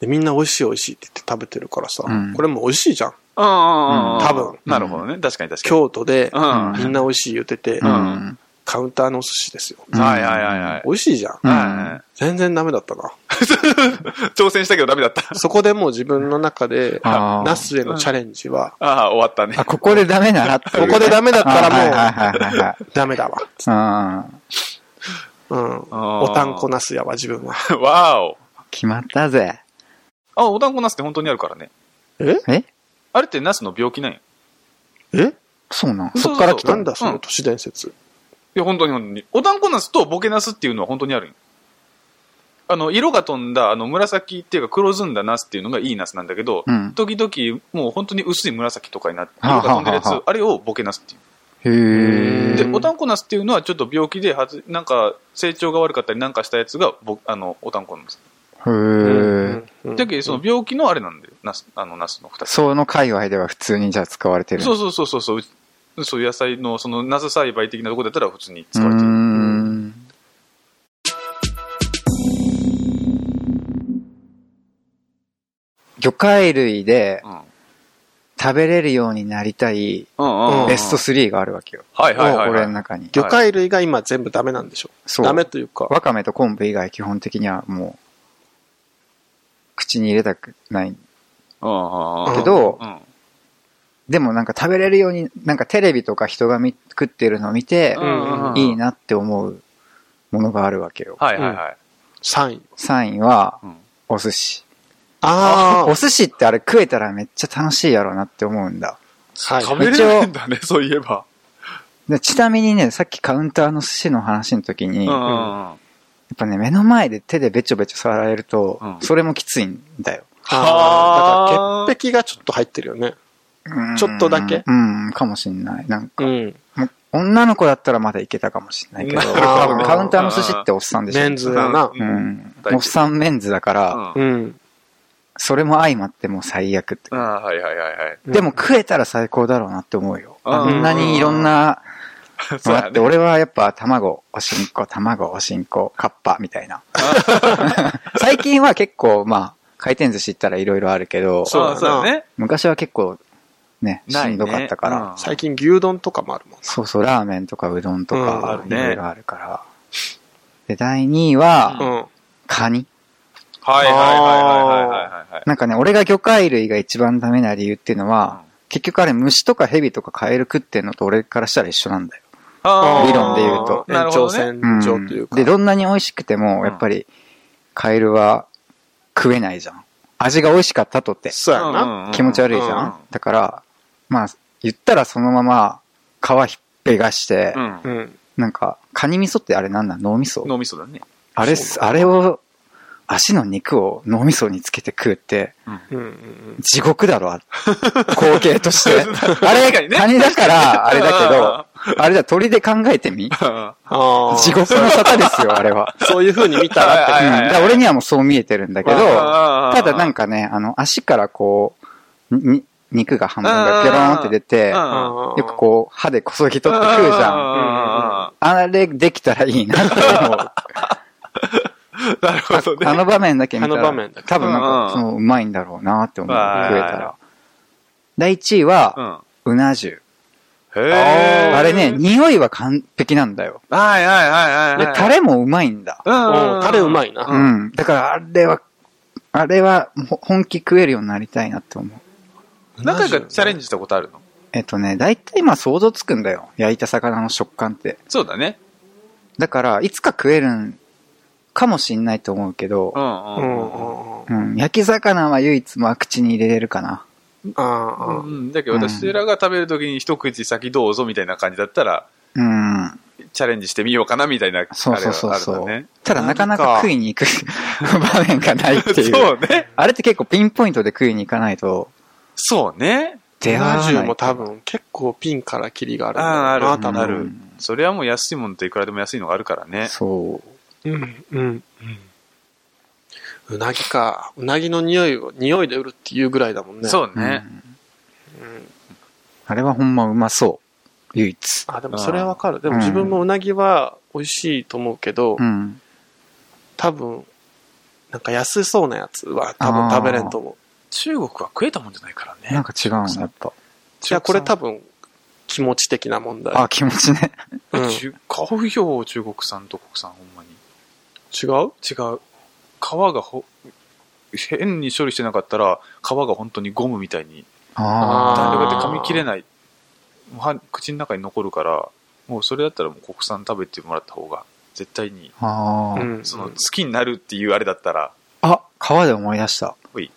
Speaker 3: で、みんな美味しい美味しいって言って食べてるからさ、
Speaker 2: うん
Speaker 3: これも美味しいじゃん。
Speaker 1: ああ、ああ
Speaker 3: 多分
Speaker 1: なるほどね。確かに確かに。
Speaker 3: 京都で、
Speaker 1: うん
Speaker 3: みんな美味しい言ってて、
Speaker 2: う
Speaker 1: うんん。
Speaker 3: カウンターのお寿司ですよ。
Speaker 2: うん
Speaker 1: はいはいはいはい。
Speaker 3: 美味しいじゃん。
Speaker 2: うん
Speaker 1: は
Speaker 3: 全然ダメだったな。
Speaker 1: い挑戦したけどダメだった。
Speaker 3: そこでもう自分の中で、
Speaker 2: あー
Speaker 3: ナスへのチャレンジは、
Speaker 1: ああ、終わったね
Speaker 2: あ、。ここでダメならこ
Speaker 3: ここでダメだったらもう
Speaker 2: はいはいはいはい
Speaker 3: ダメだわ。
Speaker 2: はい。うん。
Speaker 3: うん。
Speaker 1: あー
Speaker 3: おたんこナスやわ、自分は。
Speaker 1: わお。
Speaker 2: 決まったぜ。
Speaker 1: あ、お団子ナスって本当にあるからね。
Speaker 3: え
Speaker 2: え
Speaker 1: あれってナスの病気なんや。い
Speaker 3: え
Speaker 2: そうなん
Speaker 1: 嘘
Speaker 2: そっから来た
Speaker 3: な
Speaker 2: の
Speaker 3: んだそうの
Speaker 1: ん
Speaker 3: 都市伝説。
Speaker 1: や、本当に本当に。お団子ナスとボケナスっていうのは本当にあるんよあの、色が飛んだ、あの、紫っていうか黒ずんだナスっていうのがいいナスなんだけど、
Speaker 2: うん。
Speaker 1: 時々、もう本当に薄い紫とかになって、
Speaker 2: はあ
Speaker 1: 色が飛んでるや
Speaker 2: はあは
Speaker 1: つ、あれをボケナスっていう。
Speaker 2: へえ。
Speaker 1: で、
Speaker 3: うん
Speaker 1: おたんこナスっていうのはちょっと病気ではず、なんか成長が悪かったりなんかしたやつがぼ、あの、おたんこナス。
Speaker 2: へえ。
Speaker 3: うん
Speaker 1: だけど、その病気のあれなんで、ナス、あの、ナスの二つ。
Speaker 2: その界隈では普通にじゃあ使われてる。
Speaker 1: そううそうそうそうそううち。そういう野菜の、その、ナス栽培的なとこだったら普通に使われてる。
Speaker 2: ん。魚介類で
Speaker 1: うん。
Speaker 2: 食べれるようになりたい
Speaker 1: うんうん。
Speaker 2: ベスト3があるわけよ。
Speaker 1: はいはいはいは
Speaker 2: 俺
Speaker 1: い。
Speaker 2: の中に。
Speaker 3: 魚介類が今全部ダメなんでしょ
Speaker 2: そう。
Speaker 3: ダメというか、
Speaker 2: わかめと昆布以外基本的にはもう、口に入れたくない。
Speaker 1: うんうんうん。
Speaker 2: けど、
Speaker 1: うん。
Speaker 2: でもなんか食べれるように、なんかテレビとか人が見食ってるのを見て、
Speaker 1: うんうん
Speaker 2: いいなって思うものがあるわけよ。
Speaker 1: はいはいはい。
Speaker 3: 3位。
Speaker 2: 3位は
Speaker 1: うん、
Speaker 2: お寿司。
Speaker 3: あ
Speaker 2: お寿司ってあれ食えたらめっちゃ楽しいやろうなって思うんだ。
Speaker 3: あ、はい。
Speaker 1: 食べれるんだね、そういえば。
Speaker 2: でちなみにね、さっきカウンターの寿司の話の時に、
Speaker 1: うんう
Speaker 2: やっ
Speaker 1: んうん。
Speaker 2: ぱね、目の前で手でべちょべちょ触られると、
Speaker 1: うん
Speaker 2: それもきついんだよ。
Speaker 3: あーだから
Speaker 1: はー
Speaker 3: 潔癖がちょっと入ってるよね。
Speaker 2: うん
Speaker 3: ちょっとだけ
Speaker 2: うん、かもしんない。なんか
Speaker 3: うん。
Speaker 2: 女の子だったらまだいけたかもしれないけど、
Speaker 1: なる
Speaker 3: ほど
Speaker 2: 多分カウンターの寿司っておっさんでしょ。
Speaker 3: メンズだな。
Speaker 2: う
Speaker 1: うん
Speaker 2: ん。
Speaker 1: 大丈夫
Speaker 2: おっさんメンズだから、
Speaker 1: う。
Speaker 3: うんん。
Speaker 2: それも相まってもう最悪って。
Speaker 1: ああ、はいはいはいはい。
Speaker 2: でも食えたら最高だろうなって思うよ。
Speaker 1: うん
Speaker 2: あんなにいろんな、
Speaker 1: そう
Speaker 2: の
Speaker 1: や
Speaker 2: あって、
Speaker 1: ね。
Speaker 2: 俺はやっぱ卵、おしんこ、卵、おしんこ、カッパみた いな。最近は結構まあ、回転寿司行ったらいろいろあるけど、
Speaker 3: そうだ
Speaker 1: そ
Speaker 3: な
Speaker 1: うそうやね。
Speaker 2: 昔は結構ね、し
Speaker 1: ないね
Speaker 2: んどかったから、
Speaker 1: うん
Speaker 3: 最近牛丼とかもあるもん。
Speaker 2: そうそう、ラーメンとかうどんと
Speaker 3: うんあ
Speaker 2: か
Speaker 1: る、
Speaker 2: い
Speaker 1: ね
Speaker 2: ろいろあるから。で、第2位は、
Speaker 3: うん。
Speaker 2: カニ。
Speaker 1: はいはいはいはいはいはいはい。
Speaker 2: なんかね、俺が魚介類が一番ダメな理由っていうのは、結局あれ虫とかヘビとかカエル食ってんのと俺からしたら一緒なんだよ。
Speaker 1: あー
Speaker 2: 理論で言うと
Speaker 1: な
Speaker 3: 延
Speaker 1: るほど
Speaker 3: 長
Speaker 1: ね。
Speaker 3: 線
Speaker 2: うん
Speaker 3: 上というか。
Speaker 2: で、どんなに美味しくても、やっぱり、カエルは食えないじゃん。味が美味しかったとって、
Speaker 3: そうや
Speaker 1: うん
Speaker 3: な。
Speaker 1: うんうん
Speaker 2: 気持ち悪いじゃ
Speaker 1: うん
Speaker 2: ん。だから、まあ、言ったらそのまま、皮ひっぺがして
Speaker 1: う、ん
Speaker 3: う。ん。
Speaker 2: なんか、カニ味噌ってあれなんなん脳みそ
Speaker 1: 脳みそだね。
Speaker 2: あれ
Speaker 3: そう、
Speaker 2: あれを、足の肉を脳みそにつけて食うって、
Speaker 3: うんうんうん。
Speaker 2: 地獄だ ろ、あ光景として。あ
Speaker 1: 確か
Speaker 2: れ、
Speaker 1: にね
Speaker 2: カニだから、あれだけど、 あれじゃ鳥で考えてみ
Speaker 1: あ
Speaker 3: ああ。
Speaker 2: 地獄の沙汰ですよ、あれは。
Speaker 3: そういう風に見たらって。
Speaker 2: う
Speaker 1: はい
Speaker 2: ん
Speaker 1: はいはい
Speaker 2: だから俺にはもうそう見えてるんだけど、
Speaker 1: あ
Speaker 2: ただなん
Speaker 1: か、
Speaker 2: かね、あの、足からこう、に肉が半分がギョローンって出て、よ
Speaker 1: うん
Speaker 2: くこう、歯でこそぎ取って食うじゃん。
Speaker 1: ゃ
Speaker 2: あれできたらいいなって思う。
Speaker 1: ん。なるほどね。
Speaker 2: あの場面だけ見た
Speaker 3: あの場面
Speaker 2: ら
Speaker 3: だ、け
Speaker 2: 多分なん
Speaker 1: うんうん
Speaker 2: か、その、うまいんだろうなって思う。
Speaker 1: はい
Speaker 2: 食えたら。第1位は、うな重。
Speaker 1: うん。へえ。
Speaker 2: あれね、匂いは完璧なんだよ。
Speaker 1: はいはいはいはい
Speaker 2: で
Speaker 1: はい。、
Speaker 2: タレもうまいんだ。
Speaker 1: うん
Speaker 3: うん。タレうまいな。
Speaker 2: う。
Speaker 1: うん
Speaker 2: だから、あれは、あれは、ほ本気食えるようになりたいなって思う。
Speaker 1: 何回かチャレンジしたことあるの
Speaker 2: えっとね、大体まあ想像つくんだよ。焼いた魚の食感って。
Speaker 1: そうだね。
Speaker 2: だから、いつか食えるんかもしんないと思うけ
Speaker 1: う
Speaker 2: ど、
Speaker 1: んう
Speaker 3: うんん
Speaker 1: うん。
Speaker 3: うんうん。
Speaker 2: うん、焼き魚は唯一まあ口に入れれるかな。
Speaker 3: あ
Speaker 1: うんうんだけど私らが食べるときに一口先どうぞみたいな感じだったら、
Speaker 2: うん。
Speaker 1: チャレンジしてみようかなみたいな、あれ
Speaker 2: そうそう
Speaker 1: は
Speaker 2: そう
Speaker 1: あるん
Speaker 2: そ
Speaker 1: だ
Speaker 2: う、
Speaker 1: ね。
Speaker 2: ただなかな
Speaker 3: 何
Speaker 2: か
Speaker 3: か
Speaker 2: 食いに行く 場面がないっていう。
Speaker 1: そうね。
Speaker 2: あれって結構ピンポイントで食いに行かないと
Speaker 1: そうね。
Speaker 2: 出会
Speaker 3: あ。
Speaker 2: わない。
Speaker 3: 70も多分結構ピンからキリがあるんだよな。
Speaker 1: ああー、あ
Speaker 2: 多分
Speaker 1: る、ある。それはもう安いものっていくらでも安いのがあるからね。
Speaker 2: そう。
Speaker 3: うん、うん。うなぎか。うなぎの匂いを、匂いで売るっていうぐらいだもんね。
Speaker 1: そう
Speaker 2: うん
Speaker 1: ね。
Speaker 3: うん。
Speaker 2: あれはほんまうまそ唯一。
Speaker 3: あ、でもそれはわかる。でも自分もうなぎは美味しいと思うけど、
Speaker 2: うん。
Speaker 3: 多分、なんか安そうなやつは多分食べれんと思う。
Speaker 1: 中国は食えたもんじゃないからね。
Speaker 2: なんか違うの、やっぱ。
Speaker 3: いや、これ多
Speaker 1: 分、
Speaker 3: 分、気持ち的な問題。
Speaker 2: あ、気持ちね。
Speaker 3: うん、違
Speaker 1: 中買うよ、中国産と国産、ほんまに。
Speaker 3: う
Speaker 1: 違う。皮がほ、変に処理してなかったら、皮が本当にゴムみたいに、弾力
Speaker 3: あ
Speaker 1: があ
Speaker 3: ー
Speaker 1: って噛み切れない。は口の中に残るから、もうそれだったらもう国産食べてもらった方が、絶対に、
Speaker 2: あー。あー
Speaker 3: うん。
Speaker 1: その、好きになるっていうあれだったら、
Speaker 2: あ、皮で思い出した。
Speaker 1: ほい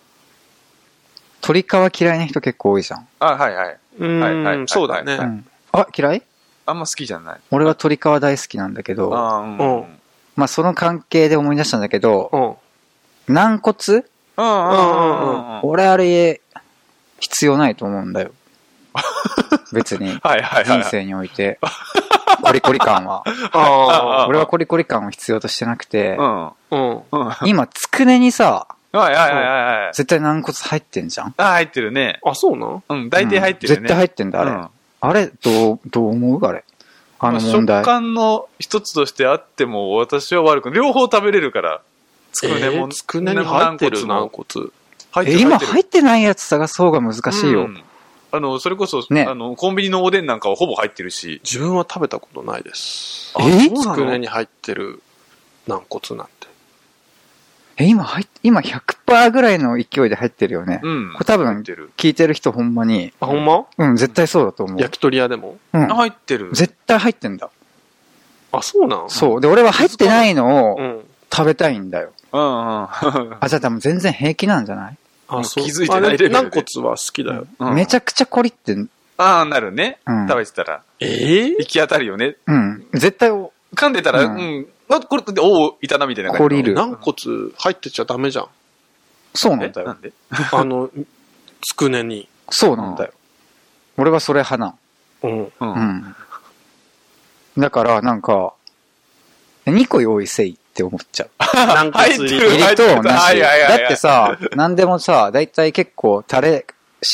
Speaker 2: 鶏皮嫌いな人結構多いじゃん。
Speaker 1: あ、はいはい。
Speaker 3: うん、
Speaker 1: はいはいはい
Speaker 3: そうだね。
Speaker 1: は
Speaker 2: う
Speaker 1: い
Speaker 2: ん。あ、嫌い
Speaker 1: あんま好きじゃない。
Speaker 2: 俺は鶏皮大好きなんだけど、
Speaker 1: あーう
Speaker 3: うん
Speaker 1: ん。
Speaker 2: まあその関係で思い出したんだけど
Speaker 3: う、ん。
Speaker 2: 軟骨
Speaker 1: ああ、うんうんうん。
Speaker 2: 俺あれ、必要ないと思うん だよ。別に。
Speaker 1: はいはいはい。
Speaker 2: 人生において、コリコリ感は。
Speaker 3: ああ、
Speaker 2: 俺はコリコリ感を必要としてなくて
Speaker 1: う、ん。
Speaker 3: うん。
Speaker 1: うん。はい
Speaker 2: 今、つくねにさ、
Speaker 1: はいはいはい。
Speaker 2: 絶対軟骨入ってんじゃん。
Speaker 1: あ、入ってるね。
Speaker 3: あ、そうなん
Speaker 1: うん、大体入ってるよ
Speaker 2: う
Speaker 1: ね。
Speaker 2: ん絶対入ってんだ、あれ。
Speaker 1: うん
Speaker 2: あれ、どう、どう思うあれ。あの
Speaker 1: まあ
Speaker 2: 問題。
Speaker 1: 食感の一つとしてあっても、私は悪くない両方食べれるから。つ
Speaker 3: えーつくねに入ってる軟
Speaker 1: 軟
Speaker 3: 骨。
Speaker 1: 骨も入って
Speaker 2: え、
Speaker 1: る。
Speaker 2: 今
Speaker 1: っ
Speaker 2: 入ってないやつ探す方が難しいよ。
Speaker 1: うんあの、それこそ、
Speaker 2: ね
Speaker 1: あの、コンビニのおでんなんかはほぼ入ってるし。
Speaker 3: 自分は食べたことないです。
Speaker 2: えー
Speaker 1: そうなの
Speaker 3: つくねに入ってる軟骨なんて。
Speaker 2: え、今入っ、今100%ぐらいの勢いで入ってるよね。
Speaker 1: うん
Speaker 2: これ。多
Speaker 1: 入っ
Speaker 2: 分、
Speaker 1: てる。
Speaker 2: 聞いてる人ほんまに、
Speaker 3: あ、ほんま
Speaker 2: うん、絶対そうだと思う。
Speaker 3: 焼き鳥屋でも
Speaker 2: うん
Speaker 1: あ、入ってる。
Speaker 2: 絶対入ってんだ。
Speaker 3: あ、そうなん
Speaker 2: そう。で、俺は入ってないの
Speaker 3: う
Speaker 2: を
Speaker 3: ん。
Speaker 2: 食べたいんだよ。
Speaker 1: うん うん。
Speaker 2: あ、じゃあ多分全然平気なんじゃない
Speaker 1: も
Speaker 3: あ、
Speaker 1: う
Speaker 3: そう。
Speaker 1: 気づいてないレベルで
Speaker 3: あ軟骨は好きだよ。
Speaker 1: うん
Speaker 2: めちゃくちゃコリって、うん。
Speaker 1: ああ、なるね。食べてたら。
Speaker 3: ええ
Speaker 1: 行き当たるよね。
Speaker 2: うん。絶対お、
Speaker 1: 噛んでたら、
Speaker 2: う
Speaker 1: うんん。あ、これ、おお、いたな、みたいな感じの。
Speaker 2: 懲りる
Speaker 3: 軟骨入ってちゃダメじ ゃん。
Speaker 2: そうな
Speaker 1: え
Speaker 2: んだ
Speaker 1: な
Speaker 2: よ。
Speaker 1: んで
Speaker 3: あの、つくねに。
Speaker 2: そうなんだよ。俺はそれ派な
Speaker 3: うん。
Speaker 1: う
Speaker 2: の。う。ん。だから、なんか、2個用意せいって思っちゃう。
Speaker 3: 軟
Speaker 1: 入って
Speaker 3: 骨入
Speaker 1: る
Speaker 3: り。
Speaker 2: 入りと同じ。
Speaker 1: はいはいはいは
Speaker 2: だ
Speaker 1: い
Speaker 2: ってさ、なんでもさ、だいたい結構タレ、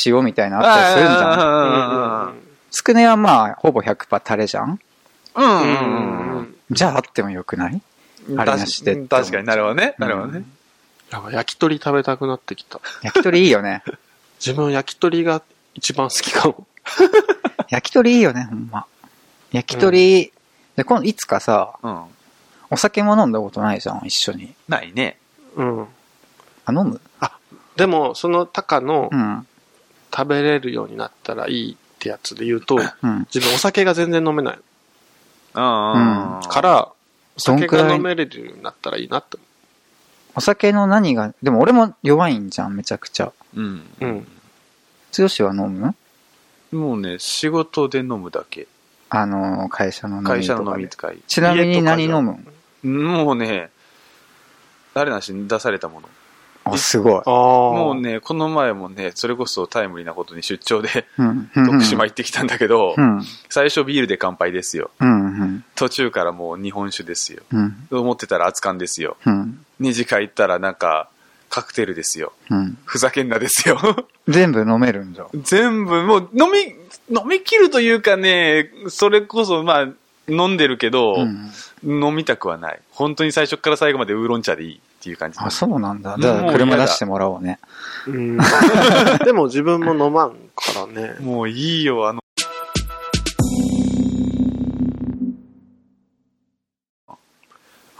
Speaker 2: 塩みたいなのあったりするじゃん。
Speaker 1: あ
Speaker 2: つくねはまあ、ほぼ100%タレじゃん
Speaker 1: ーうん
Speaker 3: う
Speaker 1: うんん
Speaker 3: うん
Speaker 1: う
Speaker 3: うんん。
Speaker 2: じゃああってもよくない
Speaker 1: うん。
Speaker 2: あれなしでって思っちゃう
Speaker 1: 確かになるわね。なるわね。
Speaker 3: やばい焼き鳥食べたくなってきた。
Speaker 2: 焼き鳥いい よね。
Speaker 3: 自分焼き鳥が一番好きかも。
Speaker 2: 焼き鳥いいよね、ほんま。焼き鳥、で、今度いつかさ、
Speaker 1: うん。
Speaker 2: お酒も飲んだことないじゃん、一緒に。
Speaker 1: ないね。
Speaker 3: うん。
Speaker 2: あ、飲む
Speaker 3: でも、そのタカの
Speaker 2: うん。
Speaker 3: 食べれるようになったらいいってやつで言うと、
Speaker 2: うん。
Speaker 3: 自分お酒が全然飲めない
Speaker 1: うん。
Speaker 3: から、お
Speaker 2: どん
Speaker 3: 酒
Speaker 2: くら
Speaker 3: が
Speaker 2: い
Speaker 3: 飲めれるようになったらいいなって
Speaker 2: お酒の何が、でも俺も弱いんじゃん、めちゃくちゃ。
Speaker 1: うん。
Speaker 3: うん
Speaker 2: 剛は飲む
Speaker 1: もうね、仕事で飲むだけ。
Speaker 2: あの、会社の飲みとかで。
Speaker 1: 会社の飲み会。
Speaker 2: ちなみに何飲むん
Speaker 1: もうね、誰なしに出されたもの。
Speaker 2: あ、すごい。
Speaker 3: ああ。
Speaker 1: も
Speaker 3: も
Speaker 1: うね、この前もね、それこそタイムリーなことに出張で
Speaker 2: うん。
Speaker 1: 徳島行ってきたんだけど
Speaker 2: う、ん。
Speaker 1: 最初ビールで乾杯ですよ。
Speaker 2: うん。うん。
Speaker 1: 途中からもう日本酒ですよ。
Speaker 2: うん。
Speaker 1: 思ってたら熱燗ですよ。
Speaker 2: うん。
Speaker 1: 二次会行ったらなんか、カクテルですよ。
Speaker 2: うん。
Speaker 1: ふざけんなですよ。
Speaker 2: 全部飲めるんじゃん。
Speaker 1: 全部、もう、飲み、飲み切るというかね、それこそ、まあ、飲んでるけど、
Speaker 2: うん。
Speaker 1: 飲みたくはない。本当に最初から最後までウーロン茶でいいっていう感じ。
Speaker 2: あ、そうなんだ。じゃあ、車出してもらおうね。
Speaker 3: うん。 でも自分も飲まんからね。
Speaker 1: もういいよ、あの。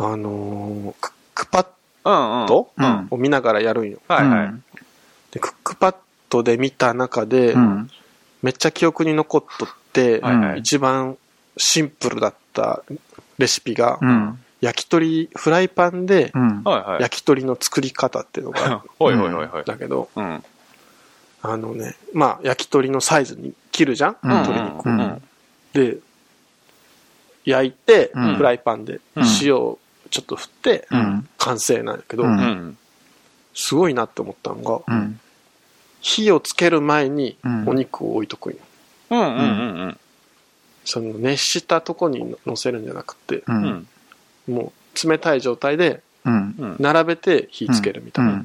Speaker 3: あのークックパッ
Speaker 1: うんうん。
Speaker 3: ド
Speaker 2: うん
Speaker 3: を見ながらやるんよ。
Speaker 1: はいはい。
Speaker 3: で、クックパッドで見た中で、
Speaker 2: うん。
Speaker 3: めっちゃ記憶に残っとって、
Speaker 1: はいはい。
Speaker 3: 一番シンプルだったレシピが、
Speaker 2: うん。
Speaker 3: 焼き鳥、フライパンで
Speaker 2: うん。
Speaker 1: はい はい。
Speaker 3: 焼き鳥の作り方っていうのがあ
Speaker 1: ほいほいほいほい
Speaker 3: るん。だけど、
Speaker 1: うん。
Speaker 3: あのね、まあ焼き鳥のサイズに切るじゃん、
Speaker 2: うん
Speaker 3: 鶏
Speaker 1: うん
Speaker 3: 肉
Speaker 2: う
Speaker 1: うんん。
Speaker 3: で、焼いて、
Speaker 2: うん
Speaker 3: フライパンで
Speaker 1: うん
Speaker 3: 塩をちょっと振って、
Speaker 2: うん。
Speaker 3: 完成なんやけど、
Speaker 2: うん
Speaker 1: うん。
Speaker 3: すごいなって思ったのが、
Speaker 2: うん。
Speaker 3: 火をつける前に
Speaker 2: うん
Speaker 3: お肉を置いとくんよ。
Speaker 1: うんうんうん
Speaker 3: その熱したとこに乗せるんじゃなくて、
Speaker 2: う。
Speaker 1: うん。うんん。
Speaker 3: もう冷たい状態で
Speaker 2: うん。
Speaker 1: うん。
Speaker 3: 並べて火つけるみたいな。
Speaker 2: うん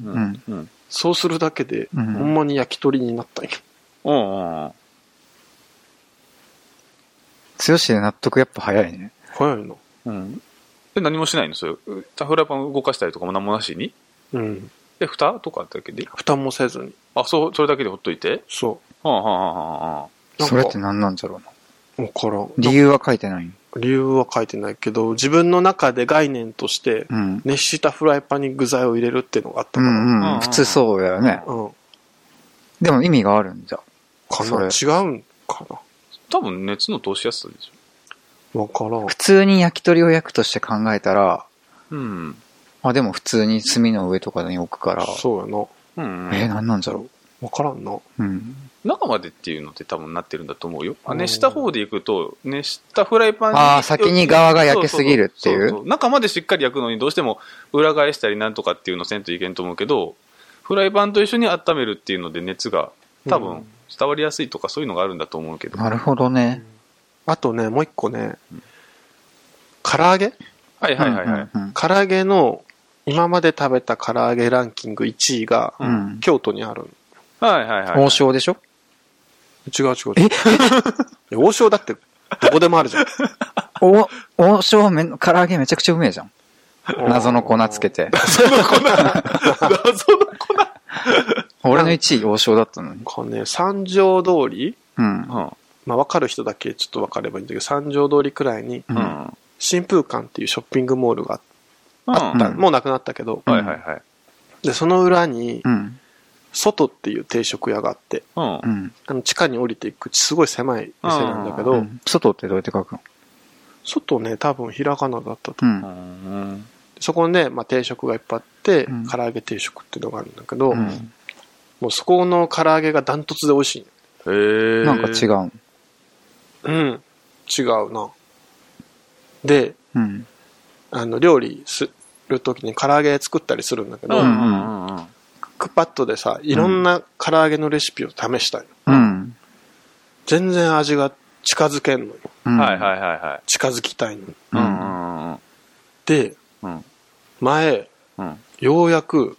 Speaker 2: う
Speaker 1: う
Speaker 2: ん
Speaker 1: ん。
Speaker 3: そうするだけで、
Speaker 2: うん
Speaker 3: ほんまに焼き鳥になったんよ。
Speaker 1: うんうん。
Speaker 2: 強しで納得やっぱ早いね。
Speaker 3: 早いの。
Speaker 1: うん。で、何もしないのそれ。タフライパン動かしたりとかも何もなしに
Speaker 3: うん。
Speaker 1: で、蓋とかだけで
Speaker 3: 負担もせずに。
Speaker 1: あ、そう、それだけでほっといて
Speaker 3: そ
Speaker 1: はあ、はあはあはあ、
Speaker 3: う。なん
Speaker 2: そ
Speaker 3: か
Speaker 2: れって何なんだろうな。
Speaker 3: わからん。
Speaker 2: 理由は書いてない
Speaker 3: 理由は書いてないけど、自分の中で概念として、
Speaker 2: うん。
Speaker 3: 熱したフライパンに具材を入れるっていうのがあった
Speaker 2: う
Speaker 3: か
Speaker 2: ん
Speaker 3: ら。
Speaker 1: う
Speaker 2: うんん。普通そうだよね。
Speaker 3: うん。
Speaker 2: でも意味があるんだ。
Speaker 3: か
Speaker 2: それ
Speaker 3: な違うんかな
Speaker 1: 多分熱の通しやすさでし
Speaker 3: わからん
Speaker 2: 普。通に焼き鳥を焼くとして考えた
Speaker 1: ょ。
Speaker 2: ら、
Speaker 1: うん。
Speaker 2: あ、でも普通に炭の上とかに置くから、
Speaker 3: そうやな。わ
Speaker 1: うん、
Speaker 2: えー、何なんだろ
Speaker 3: からんな。
Speaker 2: う。うん。
Speaker 1: 中までっていうのって多分なってるんだと思うよ。あ
Speaker 3: うん
Speaker 1: 熱した方でいくと、熱したフライパン
Speaker 2: あー先に側が焼けすぎるっていう
Speaker 1: そそそそ中までしっかり焼くのにどうしても裏返したりなんとかっていうのせんといけんと思うけど、フライパンと一緒に温めるっていうので熱が多
Speaker 3: う
Speaker 1: 分
Speaker 3: ん
Speaker 1: 伝わりやすいとかそういうのがあるんだと思うけど。
Speaker 2: なるほどね。
Speaker 3: あとね、もう一個ね、唐揚げ
Speaker 1: はいはいはいはい。
Speaker 2: うんうん
Speaker 3: 唐揚げの、今まで食べた唐揚げランキング1位が、
Speaker 2: うん。うん。
Speaker 3: 京都にあるの。
Speaker 1: はいはいはい。
Speaker 2: 王将でしょ
Speaker 3: 違う違う違う。え王将だって、どこでもあるじゃん。
Speaker 2: お、王将めん、唐揚げめちゃくちゃうめえじゃん。 謎の粉つけて。
Speaker 1: 謎の粉。
Speaker 2: 俺の1位王将だったのに。
Speaker 3: こうね、三条通り、
Speaker 2: うん。
Speaker 3: まあ、分かる人だけちょっと分かればいいんだけど、三条通りくらいに、
Speaker 1: うん。
Speaker 2: う。
Speaker 1: うんん。
Speaker 3: 新風館っていうショッピングモールがあっ
Speaker 1: あ
Speaker 2: った
Speaker 3: た、
Speaker 2: うん
Speaker 3: もうなくなったけど、
Speaker 1: はいはいはい。
Speaker 3: で、その裏に
Speaker 2: う、ん。
Speaker 3: 外っていう定食屋があって、
Speaker 1: うん
Speaker 2: う。ん。
Speaker 3: あの、地下に降りていく、すごい狭い店なんだけ
Speaker 2: う
Speaker 3: ど、
Speaker 2: ん外ってどうやって書くの
Speaker 3: 外ね、多分ひらがなだったと。
Speaker 1: う
Speaker 2: う。
Speaker 1: んん。
Speaker 3: そこね、まあ、定食がいっぱいあって、
Speaker 2: うん
Speaker 3: 唐揚げ定食っていうのがあるんだけど、
Speaker 2: うん
Speaker 3: もうそこの唐揚げがダントツで美味しい。
Speaker 1: へー
Speaker 2: なんか違う。
Speaker 3: うん。違うな。で、
Speaker 2: うん。
Speaker 3: あの、料理するときに唐揚げ作ったりするんだけ
Speaker 1: う
Speaker 3: ど、
Speaker 1: んう
Speaker 2: うんん
Speaker 1: うんうん。
Speaker 3: クックパッドでさ、いろんな唐揚げのレシピを試したいの。
Speaker 2: うん。
Speaker 3: 全然味が近づけんのよ。
Speaker 2: うん
Speaker 1: はいはいはいはい。
Speaker 3: 近づきたいのに。
Speaker 1: う
Speaker 2: うんん
Speaker 1: うんうん
Speaker 3: で、
Speaker 1: うん。
Speaker 3: 前、
Speaker 1: うん。
Speaker 3: ようやく、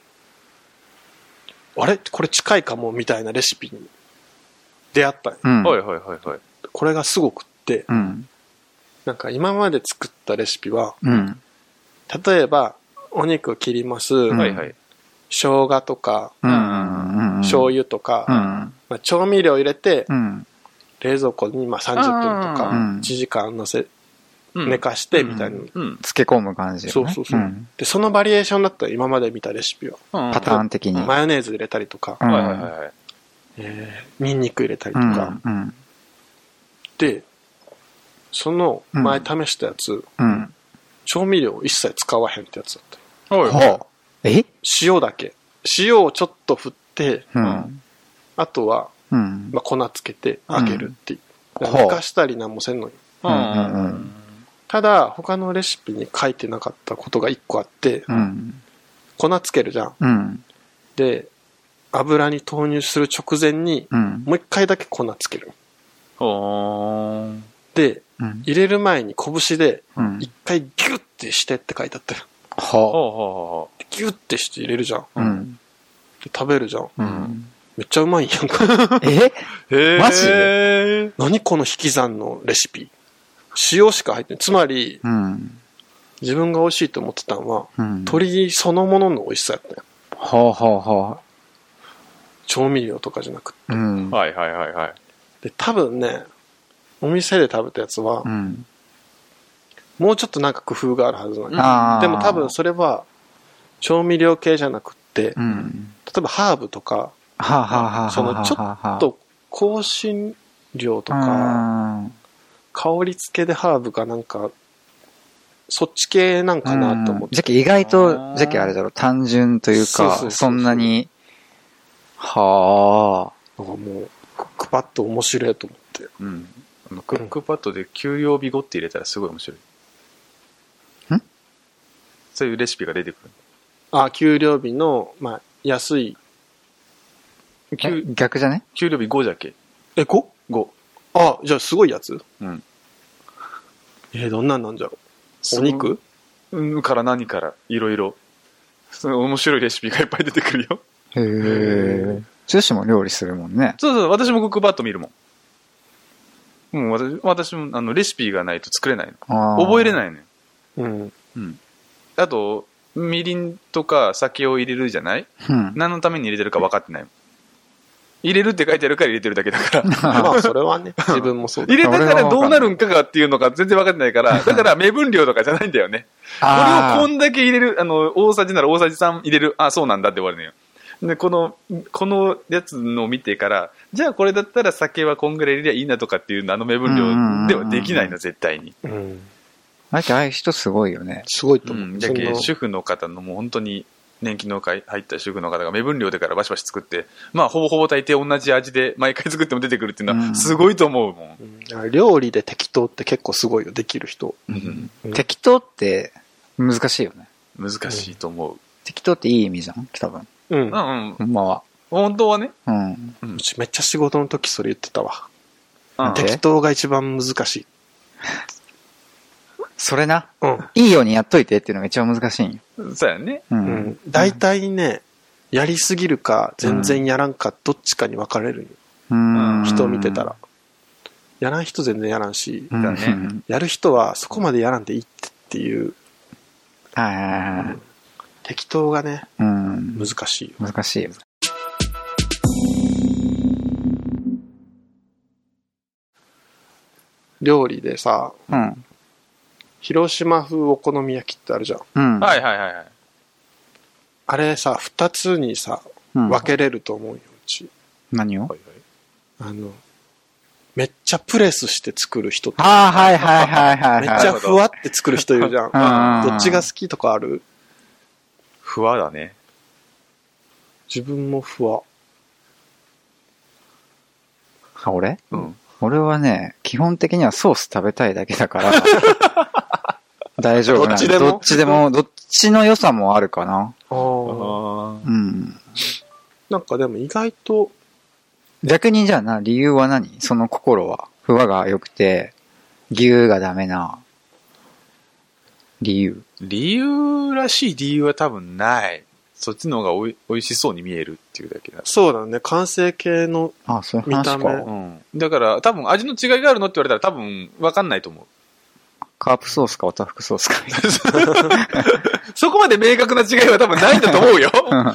Speaker 3: あれこれ近いかもみたいなレシピに出会ったんよ
Speaker 2: うん。
Speaker 1: はいはいはいはい。
Speaker 3: これがすごくって、
Speaker 2: うん。
Speaker 3: なんか今まで作ったレシピは、
Speaker 2: うん。
Speaker 3: 例えば、お肉切ります、
Speaker 2: ん
Speaker 1: はいはい。
Speaker 3: 生姜とか、
Speaker 2: うん。うん。
Speaker 3: 醤油とか、
Speaker 2: うん。
Speaker 3: まあ、調味料入れて
Speaker 2: う、ん。
Speaker 3: 冷蔵庫にまあ30分とか、
Speaker 1: うん
Speaker 3: 1時間のせ、
Speaker 1: うん
Speaker 3: 寝かしてみたいな、
Speaker 1: うん。
Speaker 2: 漬け込む感じよね。
Speaker 3: そうそうそう、
Speaker 2: ん
Speaker 3: で、そのバリエーションだったら今まで見たレシピは、
Speaker 1: パ
Speaker 2: パターン的に。
Speaker 3: マヨネーズ入れたりとか、
Speaker 2: うん
Speaker 1: はいはいはいはい。
Speaker 3: えーニンニク入れたり
Speaker 2: う
Speaker 3: と
Speaker 2: ん
Speaker 3: か、
Speaker 2: うん。
Speaker 3: で、その前試したやつ、
Speaker 2: うん。
Speaker 3: 調味料一切使わへんってやつだった。
Speaker 1: はいはい
Speaker 2: ほう。え
Speaker 3: 塩だけ。塩をちょっと振って、
Speaker 2: うん。
Speaker 3: あとは、
Speaker 2: うん。
Speaker 3: まあ、粉つけて揚げるっていう。
Speaker 2: うん
Speaker 3: 寝かしたりなんもせんのに。
Speaker 1: う
Speaker 2: うんん
Speaker 1: う
Speaker 2: うんん
Speaker 1: う
Speaker 2: うんん。
Speaker 3: ただ、他のレシピに書いてなかったことが一個あって、
Speaker 2: うん。
Speaker 3: 粉つけるじゃん。
Speaker 2: うん。
Speaker 3: で、油に投入する直前に、
Speaker 2: うん。
Speaker 3: もう一回だけ粉つける。
Speaker 1: ほーん。
Speaker 3: で、
Speaker 2: うん。
Speaker 3: 入れる前に拳で、
Speaker 2: うん。
Speaker 3: 一回ギュッてしてって書いてあったよ。
Speaker 2: は
Speaker 1: ほうほ
Speaker 3: でギュッてして入れるじゃん。
Speaker 2: う。うん。
Speaker 3: で食べるじゃん。
Speaker 2: うん。
Speaker 3: めっちゃうまいやんか。
Speaker 2: え
Speaker 1: うほうへー
Speaker 2: マジ
Speaker 1: で
Speaker 3: 何この引き算のレシピ。塩しか入ってない。つまり、
Speaker 2: うん。
Speaker 3: 自分が美味しいと思ってたのは、
Speaker 2: うん。
Speaker 3: 鶏そのものの美味しさやったよ。
Speaker 2: はあはあは
Speaker 3: 調味料とかじゃなくて。
Speaker 2: あ。うん。
Speaker 1: はいはいはいはい。
Speaker 3: で、多分ね、お店で食べたやつは
Speaker 2: う、ん。
Speaker 3: もうちょっとなんか工夫があるはずなの。
Speaker 2: ああ。
Speaker 3: でも多分それは、調味料系じゃなくって、
Speaker 2: う
Speaker 3: 例
Speaker 2: ん。
Speaker 3: えばハーブとか、
Speaker 2: はあはあはあはあ。
Speaker 3: そのちょあ
Speaker 2: っ
Speaker 3: と香辛料とか、
Speaker 2: か、
Speaker 3: 香り付けでハーブかなんか、そっち系なんかなと思って。
Speaker 2: じゃけ意外と、じゃけあれだろ、単純という
Speaker 3: そうそうそうそう
Speaker 2: か、そんなに、は
Speaker 3: なんかもう、クックパッド面白いと思って。
Speaker 1: うん。あのクックパッドで給料日後って入れたらすごい面白い。
Speaker 2: ん
Speaker 1: そういうレシピが出てく
Speaker 3: あ、給料日の、まあ、安い。
Speaker 1: る。
Speaker 2: あ。え
Speaker 1: 給
Speaker 2: 逆じゃね
Speaker 1: 給料日後じゃっけ
Speaker 3: え、5?
Speaker 1: 後。
Speaker 3: あ、じゃあすごいやつ
Speaker 1: うん。
Speaker 3: えーどんなんなんじゃろう。お肉
Speaker 1: うん、から何から、いろいろ。その面白いレシピがいっぱい出てくるよ。
Speaker 2: へえ。女子も料理するもんね。
Speaker 1: そうそう、私もクックパッド見るもん。もう私私もあのレシピがないと作れないの。
Speaker 2: 覚
Speaker 1: 覚えれ
Speaker 2: い。
Speaker 1: ないのよ。
Speaker 3: うん。
Speaker 1: うん。あと、みりんとか酒を入れるじゃない
Speaker 2: うん。
Speaker 1: 何のために入れてるか分かってないもん。入れるって書いてあるから入れてるだけだ から。
Speaker 3: まあ、それはね、自分も そうだ
Speaker 1: 入れたからどうなるんかがっていうのが全然分かってないから、だから目分量とかじゃないんだよね。これ
Speaker 2: あ
Speaker 1: をこ
Speaker 2: ー
Speaker 1: んだけ入れる、あの、大さじなら大さじ3入れる、あ、そうなんだって終わるのよ。で、この、このやつのを見てから、じゃあこれだったら酒はこんぐらい入れりゃいいなとかっていうあの目分量ではできないの、絶対に。
Speaker 3: うん。
Speaker 2: だってああいう人すごいよね。
Speaker 3: すごいと
Speaker 1: う
Speaker 3: 思う。
Speaker 1: ん、
Speaker 3: そ
Speaker 1: だけ
Speaker 3: の
Speaker 1: 主婦の方のもう本当に年金の会入った主婦の方が目分量でからバシバシ作って、まあほぼほぼ大抵同じ味で毎回作っても出てくるっていうの
Speaker 2: うん
Speaker 1: はすごいと思うもん。
Speaker 3: うん料理で適当って結構すごいよ、できる人。
Speaker 1: ん
Speaker 3: うん
Speaker 2: 適当って難しいよね。
Speaker 1: 難しいと思う。
Speaker 2: 適当っていい意味じゃん多分。
Speaker 1: う
Speaker 3: う
Speaker 1: んん、う。ん、
Speaker 2: ほんまは。
Speaker 1: 本当はね。
Speaker 2: うん。
Speaker 3: うちめっちゃ仕事の時それ言ってたわ。
Speaker 1: うん
Speaker 2: え
Speaker 3: 適当が一番難しい。
Speaker 2: それな。
Speaker 3: うん。
Speaker 2: いいようにやっといてっていうのが一番難しいんよ。
Speaker 1: そうやね。
Speaker 2: う。
Speaker 3: うんん。大体ね、やりすぎるか、全然やらんか、どっちかに分かれるんよ
Speaker 2: うん
Speaker 3: 人見てたら。。やらん人全然やらんし
Speaker 2: う、ん
Speaker 1: だね
Speaker 3: やる人はそこまでやらんでいいってっていう、
Speaker 2: はいはいはいはい。
Speaker 3: 適当がね、
Speaker 2: うん。
Speaker 3: 難しいよ。
Speaker 2: 難しいよ。
Speaker 3: 料理でさ、
Speaker 2: うん。
Speaker 3: 広島風お好み焼きってあるじゃん。
Speaker 2: うん。。
Speaker 1: はいいはいはいはい。
Speaker 3: あれさ、二つにさ、分けれると思うよ、うち。
Speaker 2: 何を
Speaker 3: あの、めっちゃプレスして作る人と、
Speaker 2: ああ、はいはいはいはいはい。
Speaker 3: めっちゃふわって作る人いるじゃん。
Speaker 2: うん
Speaker 3: どっちが好きとかある
Speaker 1: 不和だね。
Speaker 3: 自分もふわ。
Speaker 2: あ俺
Speaker 1: うん。
Speaker 2: 俺はね、基本的にはソース食べたいだけだから。 大丈夫なの
Speaker 3: どっちでも
Speaker 2: どっちでも、どっちの良さもあるかな。
Speaker 1: あ
Speaker 2: うん。
Speaker 3: なんかでも意外と、
Speaker 2: 逆にじゃあな、理由は何その心は。ふわが良くて、牛がダメな。理由。
Speaker 1: 理由らしい理由は多分ない。そっちの方がおい美味しそうに見えるっていうだけだ。
Speaker 3: そうだね、完成形の、
Speaker 2: あ、そういう話
Speaker 3: 見た
Speaker 2: か
Speaker 3: 目。
Speaker 1: うん。だから多分味の違いがあるのって言われたら多分わかんないと思う。
Speaker 2: カープソースかおたふくソース か。
Speaker 1: そこまで明確な違いは多分ないんだと 思うよ。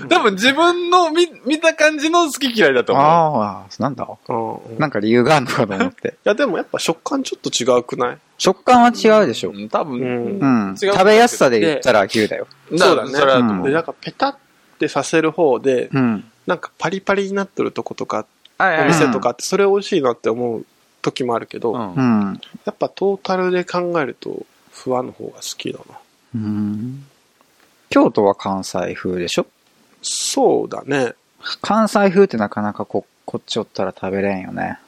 Speaker 1: 多分自分の見、見た感じの好き嫌いだと思う。
Speaker 2: ああ、なんだ
Speaker 3: うんうん
Speaker 2: なんか理由があるのかと思って。
Speaker 3: いやでもやっぱ食感ちょっと違うくない
Speaker 2: 食感は違うでしょ。
Speaker 1: うん多分、
Speaker 3: うん
Speaker 2: うん。
Speaker 1: 違う
Speaker 2: 食べやすさで言ったら牛だよ。
Speaker 3: そうだね
Speaker 1: それはと
Speaker 2: うん
Speaker 1: 思う。
Speaker 3: で、なんかペタってさせる方で、
Speaker 2: うん。
Speaker 3: なんかパリパリになってるとことか、
Speaker 1: はい
Speaker 3: お
Speaker 1: はい
Speaker 3: 店とかって、それ美味しいなって思う時もあるけど、
Speaker 1: う
Speaker 3: や
Speaker 1: ん
Speaker 2: うん。
Speaker 3: っぱトータルで考えると、不安の方が好きだな。
Speaker 2: うん。京都は関西風でしょ
Speaker 3: そうだね。
Speaker 2: 関西風ってなかなかこ、こっちおったら食べれんよね。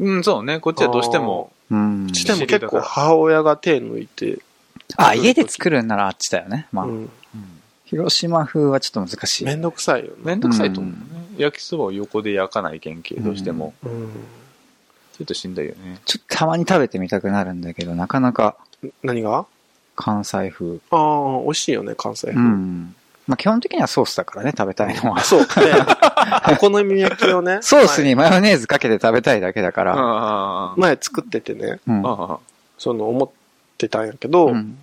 Speaker 1: うん、そうね。こっちはどうしても。
Speaker 2: うん
Speaker 3: あー。う。ちでも結構母親が手抜いて、
Speaker 2: あ、家で作るんならあっちだよね。まあ、
Speaker 3: うん
Speaker 2: 広島風はちょっと難しい。
Speaker 3: めんどくさいよね。
Speaker 1: めんどくさいと思うね。焼きそばを横で焼かない原型どうしても。
Speaker 3: うん、
Speaker 1: ちょっとしんどいよね。
Speaker 2: ちょっとたまに食べてみたくなるんだけど、なかなか
Speaker 3: 何が
Speaker 2: 関西風。
Speaker 3: ああ、美味しいよね、関西風。
Speaker 2: うん。まあ、基本的にはソースだからね、食べたいのは
Speaker 3: あ。そう。 で、お好み焼きをね、
Speaker 2: ソースにマヨネーズかけて食べたいだけだか
Speaker 1: あ
Speaker 2: ら。
Speaker 1: あ、
Speaker 3: 前前作っててね、
Speaker 2: うん。
Speaker 1: ああ、ああ。
Speaker 3: その思ってたんやけど、
Speaker 2: うん。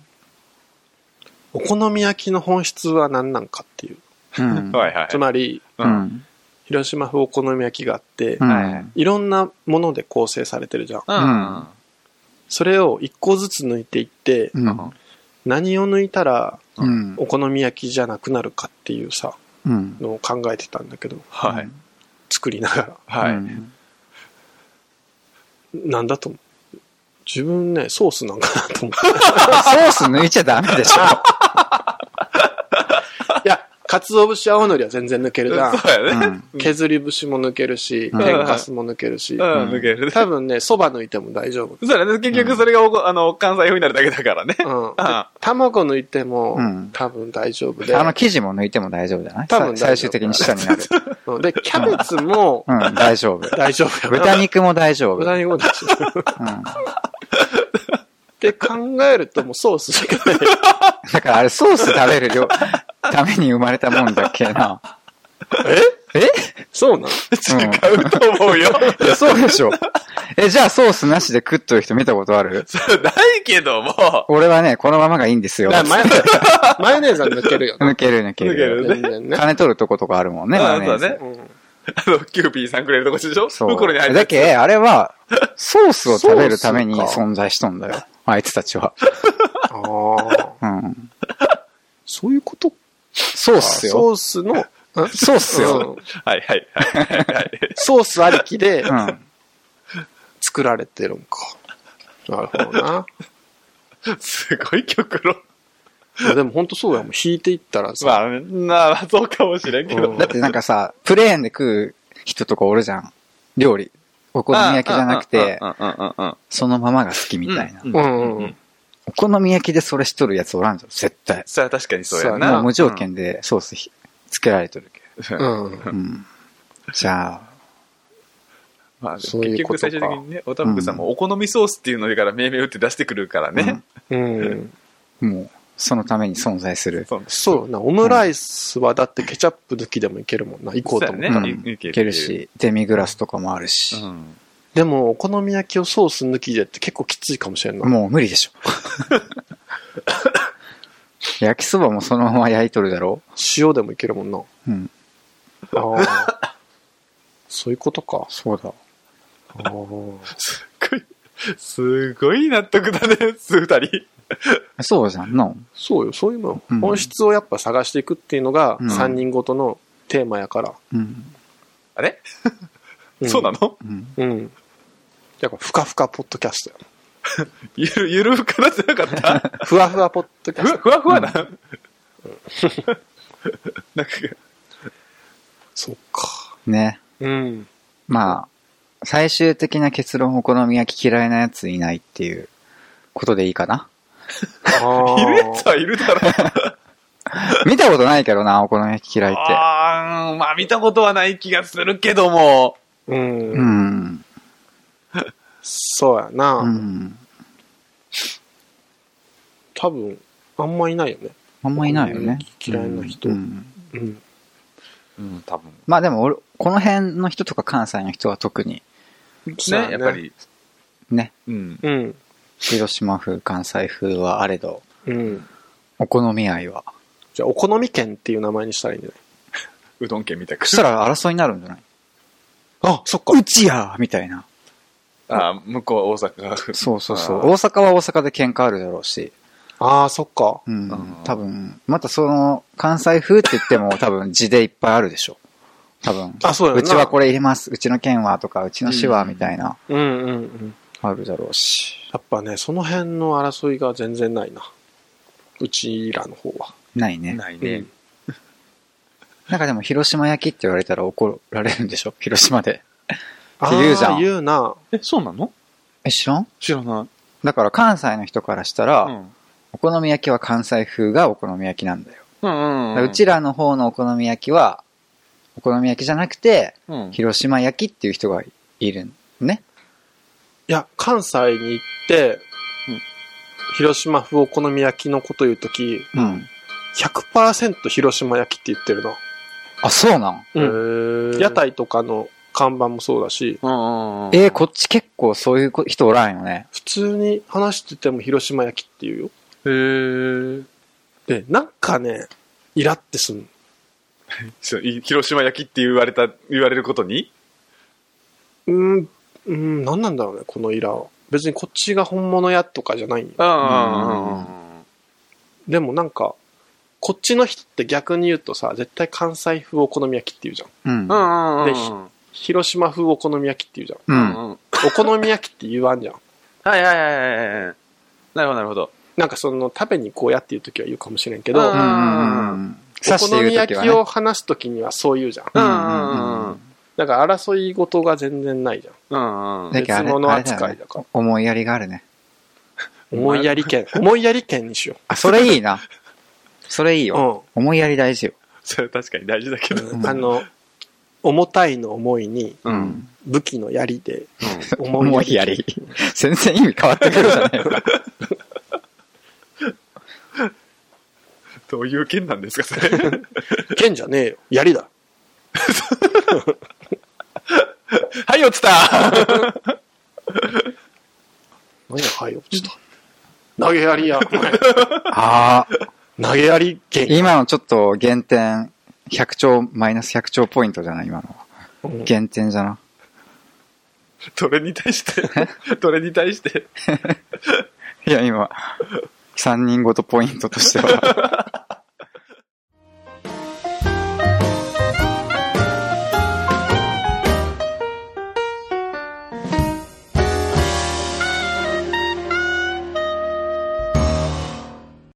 Speaker 3: お好み焼きの本質は何なんかっていう。
Speaker 2: う ん。
Speaker 1: はいはい。
Speaker 3: つまり、
Speaker 2: う
Speaker 1: うん。
Speaker 2: ん。
Speaker 3: 広島風お好み焼きがあって、
Speaker 2: うん
Speaker 1: はい
Speaker 3: いろんなもので構成されてるじゃん。
Speaker 1: う
Speaker 2: うん
Speaker 1: ん。
Speaker 3: それを一個ずつ抜いていって、
Speaker 1: う
Speaker 2: う。
Speaker 1: んん。
Speaker 3: 何を抜いたら
Speaker 2: うん。
Speaker 3: お好み焼きじゃなくなるかっていうさ、
Speaker 2: うん。
Speaker 3: のを考えてたんだけど、
Speaker 1: はい。
Speaker 3: 作りながら。
Speaker 1: はい。
Speaker 2: うん
Speaker 3: なんだと思う。自分ね、ソースなんかなと思う。
Speaker 2: ソース抜いちゃダメでしょ。
Speaker 3: いや、鰹節青のりは全然抜けるじゃん。
Speaker 1: そうやね。
Speaker 3: 削り節も抜けるし、
Speaker 2: うん
Speaker 3: 天かすも抜けるし
Speaker 1: う、ん、抜ける。
Speaker 3: 多分ね、そば抜いても大丈夫。
Speaker 1: そうだね。結局それがおこ、あの、関西風になるだけだからね。
Speaker 3: うん。で
Speaker 1: あ
Speaker 3: 卵抜いても
Speaker 2: うん
Speaker 3: 多分大丈夫で、
Speaker 2: あの生地も抜いても大丈夫じゃない
Speaker 3: 多分大丈夫
Speaker 2: さ最終的に下になる。
Speaker 3: うんで、キャベツも
Speaker 2: うん、大丈夫。
Speaker 3: 大丈夫よ。
Speaker 2: 豚肉も大丈夫。
Speaker 3: 豚肉も大丈夫。っ
Speaker 2: うん
Speaker 3: て考えるともうソースしか ない。
Speaker 2: だからあれソース食べる量、ために生まれたもんだっけな。ええ
Speaker 3: そうなの
Speaker 1: 違うと思うよ。
Speaker 2: いや、そうでしょ。 え、じゃあソースなしで食っとる人見たことある
Speaker 1: それないけども、
Speaker 2: 俺はね、このままがいいんですよ。
Speaker 3: だからマヨ ネーズ、マヨネーズは抜けるよね。
Speaker 2: 抜ける抜け
Speaker 1: 抜ける
Speaker 2: る。
Speaker 3: 全然ね。
Speaker 2: 金取るとことかあるもんね、
Speaker 1: あ
Speaker 2: マヨネーズ
Speaker 1: そうだね
Speaker 3: うん
Speaker 1: あの、キューピーさんくれるとこでしょ
Speaker 2: そう。
Speaker 1: 袋に入って
Speaker 2: だけ、あれは、ソースを食べるために
Speaker 3: ソースか
Speaker 2: 存在しとんだよ。あいつたちは。
Speaker 3: ああ。
Speaker 2: うん。
Speaker 3: そういうことか
Speaker 2: ソースよ。
Speaker 3: ソースの、ん
Speaker 2: ソースよ。
Speaker 3: うん
Speaker 1: はいはいはいはいはい。
Speaker 3: ソースありきで
Speaker 2: うん。
Speaker 3: 作られてるんか。なるほどな。
Speaker 1: すごい極論。
Speaker 3: い やでも本当そうやもん。引いていったらさ。
Speaker 1: まあ、なあ、そうかもしれんけど。
Speaker 3: うん
Speaker 2: だってなんかさ、プレーンで食う人とかおるじゃん。料理。お好み焼きじゃなくて
Speaker 1: う、んうんうんうんうん
Speaker 2: そのままが好きみたいな。
Speaker 1: うん
Speaker 3: う
Speaker 1: うん
Speaker 3: んうん。
Speaker 2: お好み焼きでそれしとるやつおらんじゃん、絶対。
Speaker 1: それは確かにそうや
Speaker 2: も
Speaker 1: な。
Speaker 2: う無条件でソースひつけられてるけ
Speaker 1: うん。
Speaker 3: う
Speaker 1: うん
Speaker 3: ん。
Speaker 2: ど。うん。じゃあ、
Speaker 1: まあ、結
Speaker 3: そういう
Speaker 1: 局
Speaker 3: ことか
Speaker 1: 最終的にね、おたふくさんもお好みソースっていうのから命名打って出してくるからね。
Speaker 3: うん。
Speaker 2: もう、そのために存在する。
Speaker 1: そう
Speaker 3: そうな。オムライスはだってケチャップ抜きでもいけるもんな。行こうと思った
Speaker 1: そう
Speaker 3: ら。
Speaker 1: や
Speaker 2: うん
Speaker 1: ねい
Speaker 2: い
Speaker 1: ける
Speaker 2: けるし、デミグラスとかもあるし。
Speaker 1: うん
Speaker 3: でも、お好み焼きをソース抜きでって結構きついかもしれんな。
Speaker 2: もう無理 でしょ。焼きそばもそのまま焼いとるだろ
Speaker 3: 塩でもいけるもんな。
Speaker 2: うん。
Speaker 3: ああ。そういうことか。
Speaker 2: そうだ。
Speaker 3: ああ。
Speaker 1: すっごい、すごい納得だね、す二人。
Speaker 2: そうじゃんの。
Speaker 3: そうよ。そういうの
Speaker 2: うん。
Speaker 3: 本質をやっぱ探していくっていうのが、
Speaker 2: うん
Speaker 3: 3人ごとのテーマやから。
Speaker 2: うん。
Speaker 1: あれ
Speaker 3: ん
Speaker 1: そうなの
Speaker 2: うん。
Speaker 3: うん。だから、ふかふかポッドキャストや。
Speaker 1: ゆる、ゆるふかなってなかった
Speaker 3: ふわふわポッドキャ
Speaker 1: ふ
Speaker 3: ス
Speaker 1: わ
Speaker 3: ト。
Speaker 1: ふわふわな。 なんか、
Speaker 3: そっか。
Speaker 2: ね。
Speaker 3: うん。
Speaker 2: まあ、最終的な結論、お好み焼き嫌いなやついないっていうことでいいかな。
Speaker 3: あ
Speaker 1: いるやつはいるだろう。
Speaker 2: 見たことないけどな、お好み焼き嫌いって。
Speaker 1: あーまあ見たことはない気がするけども。
Speaker 3: う。
Speaker 2: うんん。
Speaker 3: そうやな。
Speaker 2: うん。
Speaker 3: 多分、あんまいないよね。
Speaker 2: あんまいないよね。
Speaker 3: 嫌いな人
Speaker 2: うん。
Speaker 3: うん。
Speaker 1: うん、多分。
Speaker 2: まあでも俺、この辺の人とか関西の人は特に、
Speaker 3: そう
Speaker 1: ね、
Speaker 3: やね
Speaker 1: やっぱり。
Speaker 2: ね、
Speaker 1: うん。
Speaker 3: うん。
Speaker 2: 広島風、関西風はあれど、
Speaker 3: うん。
Speaker 2: お好み合いは。
Speaker 3: じゃあ、お好み県っていう名前にしたらいいんじゃないう
Speaker 1: どん県みたく。
Speaker 2: そしたら争いになるんじゃない
Speaker 3: あ、そっか。
Speaker 2: うちやみたいな。
Speaker 1: あー向こうは大阪。
Speaker 2: そうそうそう。
Speaker 1: あー
Speaker 2: 大阪は大阪で喧嘩あるだろうし。
Speaker 3: ああ、そっか。
Speaker 2: う
Speaker 1: あ
Speaker 2: ん
Speaker 1: ー。
Speaker 2: 多分、またその、関西風って言っても多分字でいっぱいあるでしょ。多分。
Speaker 3: あ、そうやな。
Speaker 2: うちはこれ入れます。うちの県はとか、うちの市は
Speaker 1: うん
Speaker 2: みたいな、
Speaker 3: れ。うんうんうん。
Speaker 2: あるだろうし。
Speaker 3: やっぱね、その辺の争いが全然ないな。うちらの方は。
Speaker 2: ないね。
Speaker 1: ないね。
Speaker 2: なんかでも、広島焼きって言われたら怒られるんでしょ 広島で。って言うじゃん
Speaker 3: あー言うな。
Speaker 1: え、そうなの
Speaker 2: え、知らん
Speaker 1: 知らない。
Speaker 2: だから関西の人からしたら、
Speaker 1: うん。
Speaker 2: お好み焼きは関西風がお好み焼きなんだよ。
Speaker 1: うん
Speaker 2: だ
Speaker 1: う
Speaker 2: か
Speaker 1: ん。
Speaker 2: らうちらの方のお好み焼きは、お好み焼きじゃなくて、
Speaker 1: うん、
Speaker 2: 広島焼きっていう人がいるね。
Speaker 3: いや、関西に行って
Speaker 1: うん、
Speaker 3: 広島風お好み焼きのこと言うとき、
Speaker 2: うん。
Speaker 3: 100%広島焼きって言ってるな。
Speaker 2: あ、そうなん
Speaker 3: うん。
Speaker 1: ん
Speaker 3: 屋。台とかの看板もそうだし、
Speaker 1: うんうんうん。
Speaker 2: えーこっち結構そういうこ人おらんよね。
Speaker 3: 普通に話してても広島焼きって言うよ。
Speaker 1: へー
Speaker 3: で、なんかね、イラってすんの。
Speaker 1: そうい広島焼きって言われた、言われることに
Speaker 3: うーん、うーん、なんなんだろうね、このイラは。別にこっちが本物やとかじゃないんよ。
Speaker 1: あ
Speaker 3: でもなんか、こっちの人って逆に言うとさ、絶対関西風お好み焼きって言うじゃん。
Speaker 2: うん。
Speaker 1: あ。うんうん
Speaker 3: でひ広島風お好み焼きって言うじゃ
Speaker 1: うん
Speaker 2: う。
Speaker 3: ん。
Speaker 1: んうん。
Speaker 3: お好み焼きって言わんじゃん。
Speaker 1: はいはいはいはいはいはい。なるほどなるほど。
Speaker 3: なんかその食べに行こうやっていう時は言うかもしれんけ
Speaker 1: う
Speaker 3: ど、
Speaker 1: ん
Speaker 2: うんうんうん。
Speaker 3: お
Speaker 2: 刺して
Speaker 3: 好
Speaker 2: 言う
Speaker 3: み
Speaker 2: と
Speaker 3: 焼
Speaker 2: きは
Speaker 3: き
Speaker 2: ね。
Speaker 3: を話す時にはそう言うじゃん。
Speaker 2: うんうんうん
Speaker 3: だから争い事が全然ないじゃん。
Speaker 1: うんうん。
Speaker 2: だけどあれ
Speaker 3: 別物
Speaker 2: あれだよね
Speaker 3: 扱いだから
Speaker 2: 思いやりがあるね。
Speaker 3: 思いやり券。思いやり券にしよ。
Speaker 2: あ、それいいな。それいいうよ。
Speaker 3: うん。
Speaker 2: 思いやり大事よ。
Speaker 1: それは確かに大事だけど。
Speaker 2: ん
Speaker 3: あの、重たいの思いに
Speaker 1: う。。
Speaker 2: うん
Speaker 3: 武器の槍で
Speaker 2: 思
Speaker 3: 思
Speaker 2: いやり。全然意味変わってくるじゃないですか。
Speaker 1: どういう件なんですか、それ。
Speaker 3: 剣じゃねえよ。槍だ。
Speaker 1: はい、落ちた
Speaker 3: 投げやりや、お前。
Speaker 2: ああ、
Speaker 3: 投げやり剣。
Speaker 2: 今のちょっと減点、100兆、マイナス100兆ポイントじゃない今の。減点じゃな。
Speaker 1: どれに対して、 どれに対して、
Speaker 2: いや、今、3人ごとポイントとしては。